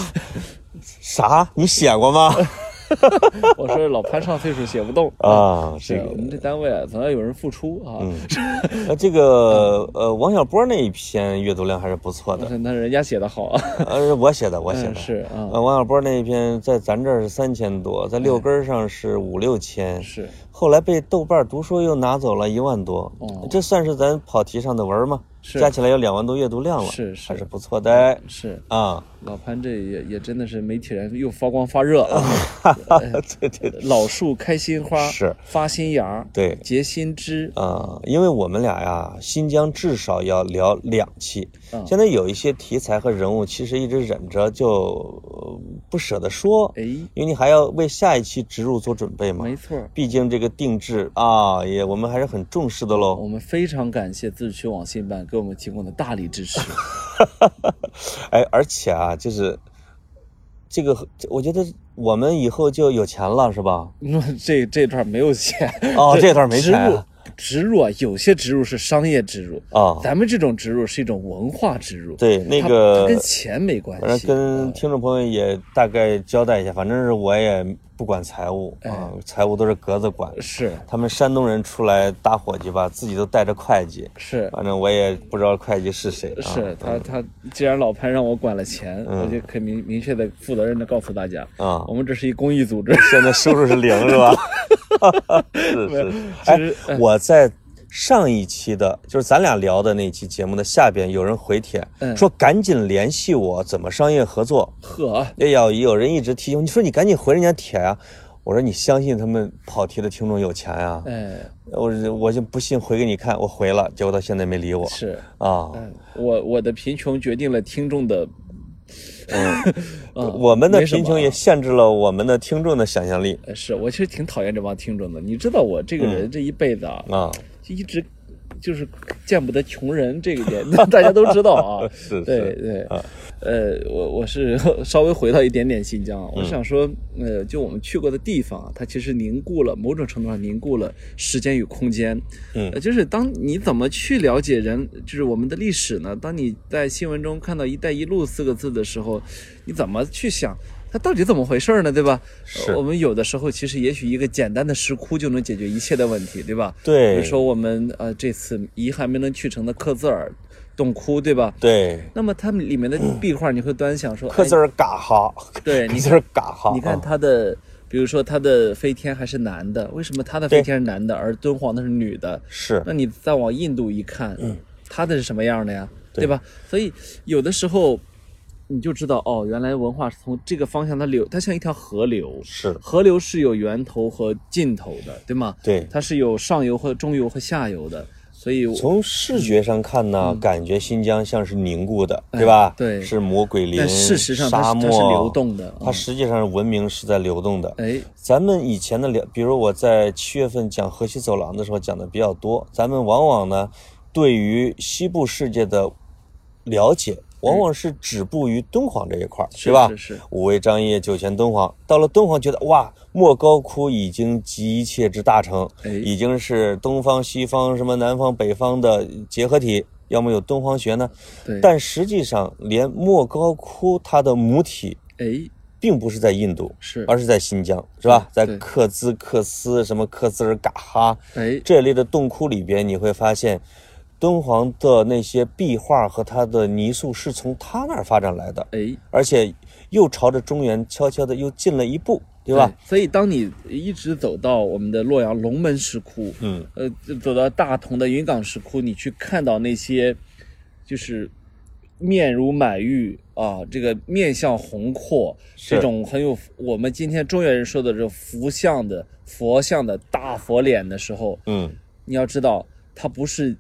[SPEAKER 1] 啥？你写过吗？。
[SPEAKER 2] 我说老潘上岁数写不动
[SPEAKER 1] 啊，
[SPEAKER 2] 是
[SPEAKER 1] 这个
[SPEAKER 2] 我们这单位啊，总要有人付出啊。
[SPEAKER 1] 呃，这个呃，王小波那一篇阅读量还是不错
[SPEAKER 2] 但
[SPEAKER 1] 的，
[SPEAKER 2] 是那人家写
[SPEAKER 1] *laughs*
[SPEAKER 2] 的好 *laughs* 啊，
[SPEAKER 1] 呃，是我写的，我写的。
[SPEAKER 2] 是啊，
[SPEAKER 1] 呃，王小波那一篇在咱这儿是三千多，在六根儿上是五六千，
[SPEAKER 2] 哎是
[SPEAKER 1] 后来被豆瓣读书又拿走了一万多
[SPEAKER 2] 哦，
[SPEAKER 1] 这算是咱跑题上的文儿吗？
[SPEAKER 2] 是
[SPEAKER 1] 加起来有两万多阅读量了，
[SPEAKER 2] 是是嗯
[SPEAKER 1] 还是不错的
[SPEAKER 2] 是，
[SPEAKER 1] 啊。 *laughs*
[SPEAKER 2] 老潘这也也真的是媒体人又发光发热啊，
[SPEAKER 1] 对对对
[SPEAKER 2] 老树开新花，
[SPEAKER 1] 是
[SPEAKER 2] 发新芽，
[SPEAKER 1] 对
[SPEAKER 2] 结新枝，
[SPEAKER 1] 啊、因为我们俩呀，新疆至少要聊两期。
[SPEAKER 2] 嗯
[SPEAKER 1] 现在有一些题材和人物，其实一直忍着就、呃不舍得说，
[SPEAKER 2] 哎，
[SPEAKER 1] 因为你还要为下一期植入做准备嘛。
[SPEAKER 2] 没错儿，
[SPEAKER 1] 毕竟这个定制啊，也我们还是很重视的喽。
[SPEAKER 2] 我们非常感谢自治区网信办给我们提供的大力支持。
[SPEAKER 1] *laughs*
[SPEAKER 2] *laughs*
[SPEAKER 1] 哎，而且啊，就是这个，我觉得我们以后就有钱了，是
[SPEAKER 2] *laughs*
[SPEAKER 1] 吧？
[SPEAKER 2] 嗯这这段没有钱
[SPEAKER 1] 哦这段没钱啊
[SPEAKER 2] 植入植入啊，有些植入是商业植入
[SPEAKER 1] 啊
[SPEAKER 2] 咱们这种植入是一种文化植入，
[SPEAKER 1] 对
[SPEAKER 2] 它
[SPEAKER 1] 那个
[SPEAKER 2] 它跟钱没关
[SPEAKER 1] 反正
[SPEAKER 2] 系，
[SPEAKER 1] 跟听众朋友也大概交代一下，反正是我也不管财务
[SPEAKER 2] 哎
[SPEAKER 1] 啊，财务都是格子管。
[SPEAKER 2] 是
[SPEAKER 1] 他们山东人出来搭伙计吧，自己都带着会计，
[SPEAKER 2] 是
[SPEAKER 1] 反正我也不知道会计是谁。啊、嗯
[SPEAKER 2] 是，他他既然老潘让我管了钱，我就可以明明确的、负责任的告诉大家，
[SPEAKER 1] 啊
[SPEAKER 2] 我们这是一公益组织， *laughs*
[SPEAKER 1] *laughs* 现在收入是零是吧？是是是。
[SPEAKER 2] 其
[SPEAKER 1] 哎
[SPEAKER 2] 实，哎
[SPEAKER 1] 我在上一期的，就是咱俩聊的那期节目的下边，有人回帖
[SPEAKER 2] 嗯
[SPEAKER 1] 说赶紧联系我，怎么商业合作？
[SPEAKER 2] 呵，啊
[SPEAKER 1] 也要有人一直提醒你说你赶紧回人家帖啊。我说你相信他们跑题的听众有钱啊？
[SPEAKER 2] 哎，
[SPEAKER 1] 我我就不信回给你看，我回了，结果到现在没理我
[SPEAKER 2] 是，
[SPEAKER 1] 啊。
[SPEAKER 2] 嗯，我我的贫穷决定了听众的， *laughs* 嗯，
[SPEAKER 1] 我们的
[SPEAKER 2] 没什
[SPEAKER 1] 贫
[SPEAKER 2] 么
[SPEAKER 1] 穷也
[SPEAKER 2] 啊
[SPEAKER 1] 限制了我们的听众的想象力
[SPEAKER 2] 呃是我其实挺讨厌这帮听众的，你知道我这个
[SPEAKER 1] 嗯
[SPEAKER 2] 人这一辈子啊，
[SPEAKER 1] 啊。
[SPEAKER 2] 就一直就是见不得穷人这个
[SPEAKER 1] *laughs*
[SPEAKER 2] 点，大家都知道啊。
[SPEAKER 1] 是啊是
[SPEAKER 2] 对对，呃，我我是稍微回到一点点新疆啊，
[SPEAKER 1] 嗯
[SPEAKER 2] 我是想说，呃，就我们去过的地方啊，它其实凝固了，某种程度上凝固了时间与空间。
[SPEAKER 1] 嗯
[SPEAKER 2] 呃就是当你怎么去了解人，就是我们的历史呢？当你在新闻中看到“一带一路”四个字的时候，你怎么去想？它到底怎么回事儿呢？对吧？
[SPEAKER 1] 是
[SPEAKER 2] 我们有的时候其实也许一个简单的石窟就能解决一切的问题，对吧？比
[SPEAKER 1] 对
[SPEAKER 2] 如，说我们呃这次遗憾没能去成的克孜尔洞窟，对吧？
[SPEAKER 1] 对，
[SPEAKER 2] 那么它们里面的壁画，你会端详说，
[SPEAKER 1] 克孜
[SPEAKER 2] 哎，
[SPEAKER 1] 尔嘎哈， *laughs*
[SPEAKER 2] 对
[SPEAKER 1] 克
[SPEAKER 2] 你
[SPEAKER 1] 孜尔嘎哈。
[SPEAKER 2] 你看
[SPEAKER 1] 啊，
[SPEAKER 2] 它的，比如说它的飞天还是男的，为什么它的
[SPEAKER 1] 对
[SPEAKER 2] 飞天是男的，而敦煌的是女的？
[SPEAKER 1] 是嗯
[SPEAKER 2] 那你再往印度一看，它的是什么样的呀？
[SPEAKER 1] 对
[SPEAKER 2] 对吧？所以有的时候你就知道，哦，原来文化是从这个方向它流，它像一条河流，
[SPEAKER 1] 是，
[SPEAKER 2] 河流是有源头和尽头的，对吗？
[SPEAKER 1] 对
[SPEAKER 2] 它是有上游和中游和下游的，所以我
[SPEAKER 1] 从视觉上看呢，感觉新疆像是凝固的，对吧？
[SPEAKER 2] 嗯哎对
[SPEAKER 1] 是魔鬼林，
[SPEAKER 2] 但事实上它
[SPEAKER 1] 沙漠
[SPEAKER 2] 是它是流动的，
[SPEAKER 1] 它实际上文明是在流动的。
[SPEAKER 2] 嗯哎，
[SPEAKER 1] 咱们以前的聊，比如我在七月份讲河西走廊的时候讲的比较多，咱们往往呢对于西部世界的了解，往往是止步于敦煌这一块儿，
[SPEAKER 2] 哎是
[SPEAKER 1] 对吧？
[SPEAKER 2] 是是
[SPEAKER 1] 五味张掖、酒泉、敦煌，到了敦煌觉得哇，莫高窟已经集一切之大成，
[SPEAKER 2] 哎
[SPEAKER 1] 已经是东方、西方、什么南方、北方的结合体，要么有敦煌学呢。
[SPEAKER 2] 对，
[SPEAKER 1] 但实际上，连莫高窟它的母体
[SPEAKER 2] 哎
[SPEAKER 1] 并不是在印度，
[SPEAKER 2] 是
[SPEAKER 1] 而是在新疆，是吧？在
[SPEAKER 2] 嗯对对
[SPEAKER 1] 克孜、克斯、什么克孜尔嘎哈
[SPEAKER 2] 哎
[SPEAKER 1] 这类的洞窟里边，你会发现，敦煌的那些壁画和它的泥塑是从它那儿发展来的，
[SPEAKER 2] 哎，
[SPEAKER 1] 而且又朝着中原悄悄的又进了一步，对吧？？
[SPEAKER 2] 所以当你一直走到我们的洛阳龙门石窟，
[SPEAKER 1] 嗯，
[SPEAKER 2] 呃，就走到大同的云冈石窟，你去看到那些就是面如满玉啊，这个面相宏阔，
[SPEAKER 1] 是
[SPEAKER 2] 这种很有我们今天中原人说的这种佛像的佛像的大佛脸的时候，
[SPEAKER 1] 嗯，
[SPEAKER 2] 你要知道，它不是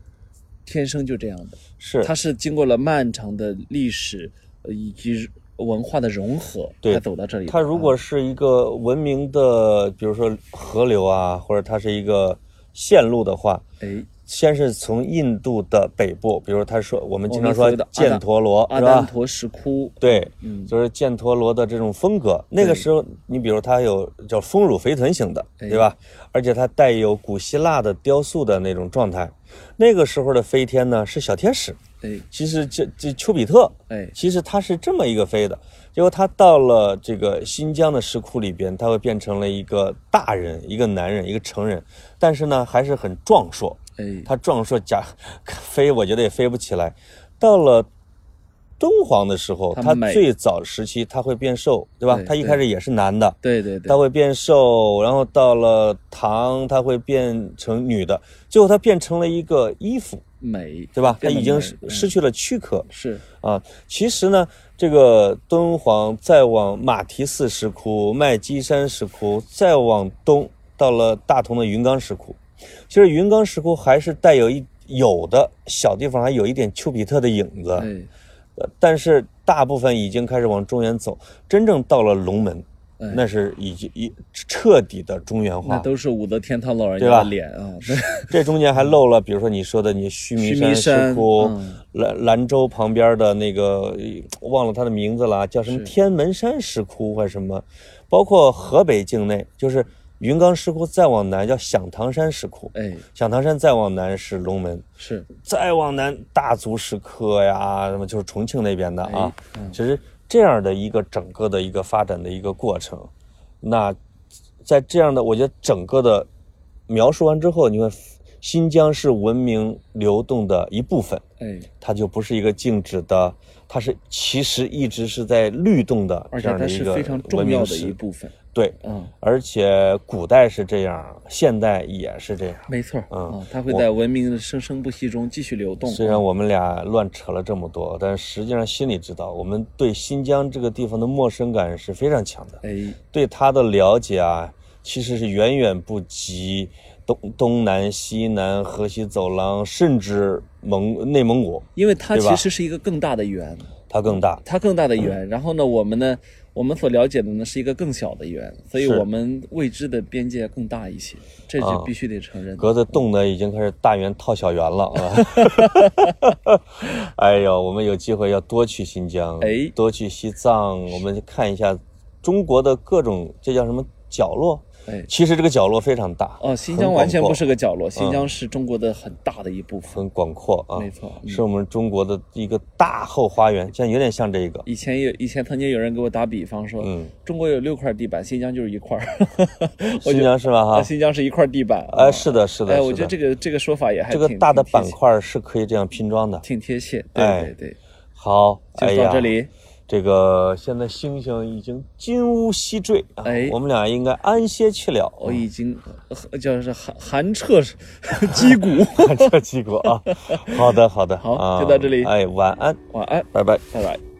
[SPEAKER 2] 天生就这样的，
[SPEAKER 1] 是
[SPEAKER 2] 它是经过了漫长的历史呃以及文化的融合，
[SPEAKER 1] 对
[SPEAKER 2] 才走到这里的。啊
[SPEAKER 1] 它如果是一个文明的，比如说河流啊，或者它是一个线路的话，
[SPEAKER 2] 哎，
[SPEAKER 1] 先是从印度的北部，比如他说我们经常
[SPEAKER 2] 我
[SPEAKER 1] 说
[SPEAKER 2] 们所谓的
[SPEAKER 1] 犍陀罗，
[SPEAKER 2] 阿
[SPEAKER 1] 是
[SPEAKER 2] 丹
[SPEAKER 1] 吧？
[SPEAKER 2] 陀石窟，
[SPEAKER 1] 对，
[SPEAKER 2] 嗯
[SPEAKER 1] 就是犍陀罗的这种风格。那个时候，你比如它有叫丰乳肥臀型的，
[SPEAKER 2] 哎
[SPEAKER 1] 对吧？而且它带有古希腊的雕塑的那种状态。那个时候的飞天呢是小天使，
[SPEAKER 2] 哎
[SPEAKER 1] 其实这这丘比特，
[SPEAKER 2] 哎
[SPEAKER 1] 其实它是这么一个飞的。结果它到了这个新疆的石窟里边，它会变成了一个大人，一个男人，一个成人，但是呢还是很壮硕，
[SPEAKER 2] 哎，
[SPEAKER 1] 它壮硕假 *laughs* 飞，我觉得也飞不起来。到了敦煌的时候，
[SPEAKER 2] 它
[SPEAKER 1] 它
[SPEAKER 2] 美
[SPEAKER 1] 最早时期它会变瘦，对吧
[SPEAKER 2] 对？
[SPEAKER 1] 它一开始也是男的，
[SPEAKER 2] 对对对
[SPEAKER 1] 它，会变瘦，然后到了唐，它会变成女的，最后它变成了一个衣服，
[SPEAKER 2] 美
[SPEAKER 1] 对吧？它
[SPEAKER 2] 变得
[SPEAKER 1] 已经
[SPEAKER 2] 美
[SPEAKER 1] 失
[SPEAKER 2] 嗯
[SPEAKER 1] 失去了躯壳
[SPEAKER 2] 是
[SPEAKER 1] 啊。其实呢，这个敦煌再往马蹄寺石窟、麦积山石窟，再往东到了大同的云冈石窟，其实云冈石窟还是带有一有的小地方还有一点丘比特的影子，
[SPEAKER 2] 哎
[SPEAKER 1] 呃但是大部分已经开始往中原走，真正到了龙门，
[SPEAKER 2] 哎
[SPEAKER 1] 那是已经一彻底的中原
[SPEAKER 2] 那
[SPEAKER 1] 化。
[SPEAKER 2] 都是武则天她老人
[SPEAKER 1] 对
[SPEAKER 2] 家
[SPEAKER 1] 吧
[SPEAKER 2] 的脸啊，对
[SPEAKER 1] 这中间还漏了，比如说你说的你须弥
[SPEAKER 2] 须弥
[SPEAKER 1] 山石
[SPEAKER 2] 山
[SPEAKER 1] 窟、
[SPEAKER 2] 嗯
[SPEAKER 1] 兰兰州旁边的那个呃忘了它的名字了，叫什么
[SPEAKER 2] 是
[SPEAKER 1] 天门山石窟还是什么，包括河北境内，就是云冈石窟再往南叫响堂山石窟，
[SPEAKER 2] 哎，
[SPEAKER 1] 响堂山再往南是龙门，
[SPEAKER 2] 是
[SPEAKER 1] 再往南大足石刻呀，什么就是重庆那边的啊，
[SPEAKER 2] 哎嗯
[SPEAKER 1] 其实这样的一个整个的一个发展的一个过程，那在这样的我觉得整个的描述完之后，你会新疆是文明流动的一部分，
[SPEAKER 2] 哎，
[SPEAKER 1] 它就不是一个静止的，它是其实一直是在律动的
[SPEAKER 2] 而
[SPEAKER 1] 这
[SPEAKER 2] 且
[SPEAKER 1] 样
[SPEAKER 2] 它
[SPEAKER 1] 的一
[SPEAKER 2] 是
[SPEAKER 1] 个
[SPEAKER 2] 非常
[SPEAKER 1] 文
[SPEAKER 2] 重
[SPEAKER 1] 明
[SPEAKER 2] 要的
[SPEAKER 1] 史
[SPEAKER 2] 一部分，
[SPEAKER 1] 对，
[SPEAKER 2] 嗯，
[SPEAKER 1] 而且古代是这样，现代也是这样。
[SPEAKER 2] 没错儿，
[SPEAKER 1] 嗯
[SPEAKER 2] 啊，它会在文明的生生不息中继续流动，啊
[SPEAKER 1] 虽然我们俩乱扯了这么多，但实际上心里知道，我们对新疆这个地方的陌生感是非常强的，
[SPEAKER 2] 哎，
[SPEAKER 1] 对它的了解啊，其实是远远不及东东南、西南、河西走廊，甚至蒙内蒙古，
[SPEAKER 2] 因为它
[SPEAKER 1] 对吧
[SPEAKER 2] 其实是一个更大的圆，
[SPEAKER 1] 它更大。
[SPEAKER 2] 它更大的
[SPEAKER 1] 嗯
[SPEAKER 2] 圆，然后呢，我们呢，我们所了解的呢是一个更小的圆，所以
[SPEAKER 1] 是
[SPEAKER 2] 我们未知的边界更大一些，这
[SPEAKER 1] 啊
[SPEAKER 2] 就必须得承认的。
[SPEAKER 1] 格子冻得已经开始大圆套小圆了啊！ *laughs* 哎呦，我们有机会要多去新疆，
[SPEAKER 2] 哎
[SPEAKER 1] 多去西藏，我们看一下中国的各种，这叫什么角落？
[SPEAKER 2] 哎，
[SPEAKER 1] 其实这个角落非常大，
[SPEAKER 2] 哦，新疆完全不是个角落，新
[SPEAKER 1] 嗯
[SPEAKER 2] 疆是中国的很大的一部分，
[SPEAKER 1] 很广阔啊，
[SPEAKER 2] 没错。嗯
[SPEAKER 1] 是我们中国的一个大后花园，现在有点像这个，
[SPEAKER 2] 以前有以前曾经有人给我打比方说，
[SPEAKER 1] 嗯，
[SPEAKER 2] 中国有六块地板，新疆就是一块儿，我
[SPEAKER 1] 新
[SPEAKER 2] 觉得啊
[SPEAKER 1] 疆是吧？哈，
[SPEAKER 2] 新疆是一块地板。
[SPEAKER 1] 哎，
[SPEAKER 2] 啊
[SPEAKER 1] 是的，是的，
[SPEAKER 2] 哎，
[SPEAKER 1] 是
[SPEAKER 2] 我觉得
[SPEAKER 1] 的
[SPEAKER 2] 这个这个说法也还
[SPEAKER 1] 这个
[SPEAKER 2] 挺
[SPEAKER 1] 大的
[SPEAKER 2] 挺贴
[SPEAKER 1] 板
[SPEAKER 2] 切
[SPEAKER 1] 块是可以这样拼装的。
[SPEAKER 2] 挺贴切，
[SPEAKER 1] 哎
[SPEAKER 2] 对对对，
[SPEAKER 1] 好，哎
[SPEAKER 2] 就
[SPEAKER 1] 呀
[SPEAKER 2] 到这里，
[SPEAKER 1] 这个现在星星已经金乌西坠啊
[SPEAKER 2] 哎，哦
[SPEAKER 1] 我们俩应该安歇去了。 *laughs*
[SPEAKER 2] 我已经呃叫是寒寒彻 *laughs* 击鼓，
[SPEAKER 1] 这结果啊，好的，好的，
[SPEAKER 2] 好
[SPEAKER 1] 啊
[SPEAKER 2] 就到这里
[SPEAKER 1] 哎，晚安，
[SPEAKER 2] 晚安，
[SPEAKER 1] 拜拜。
[SPEAKER 2] 拜拜。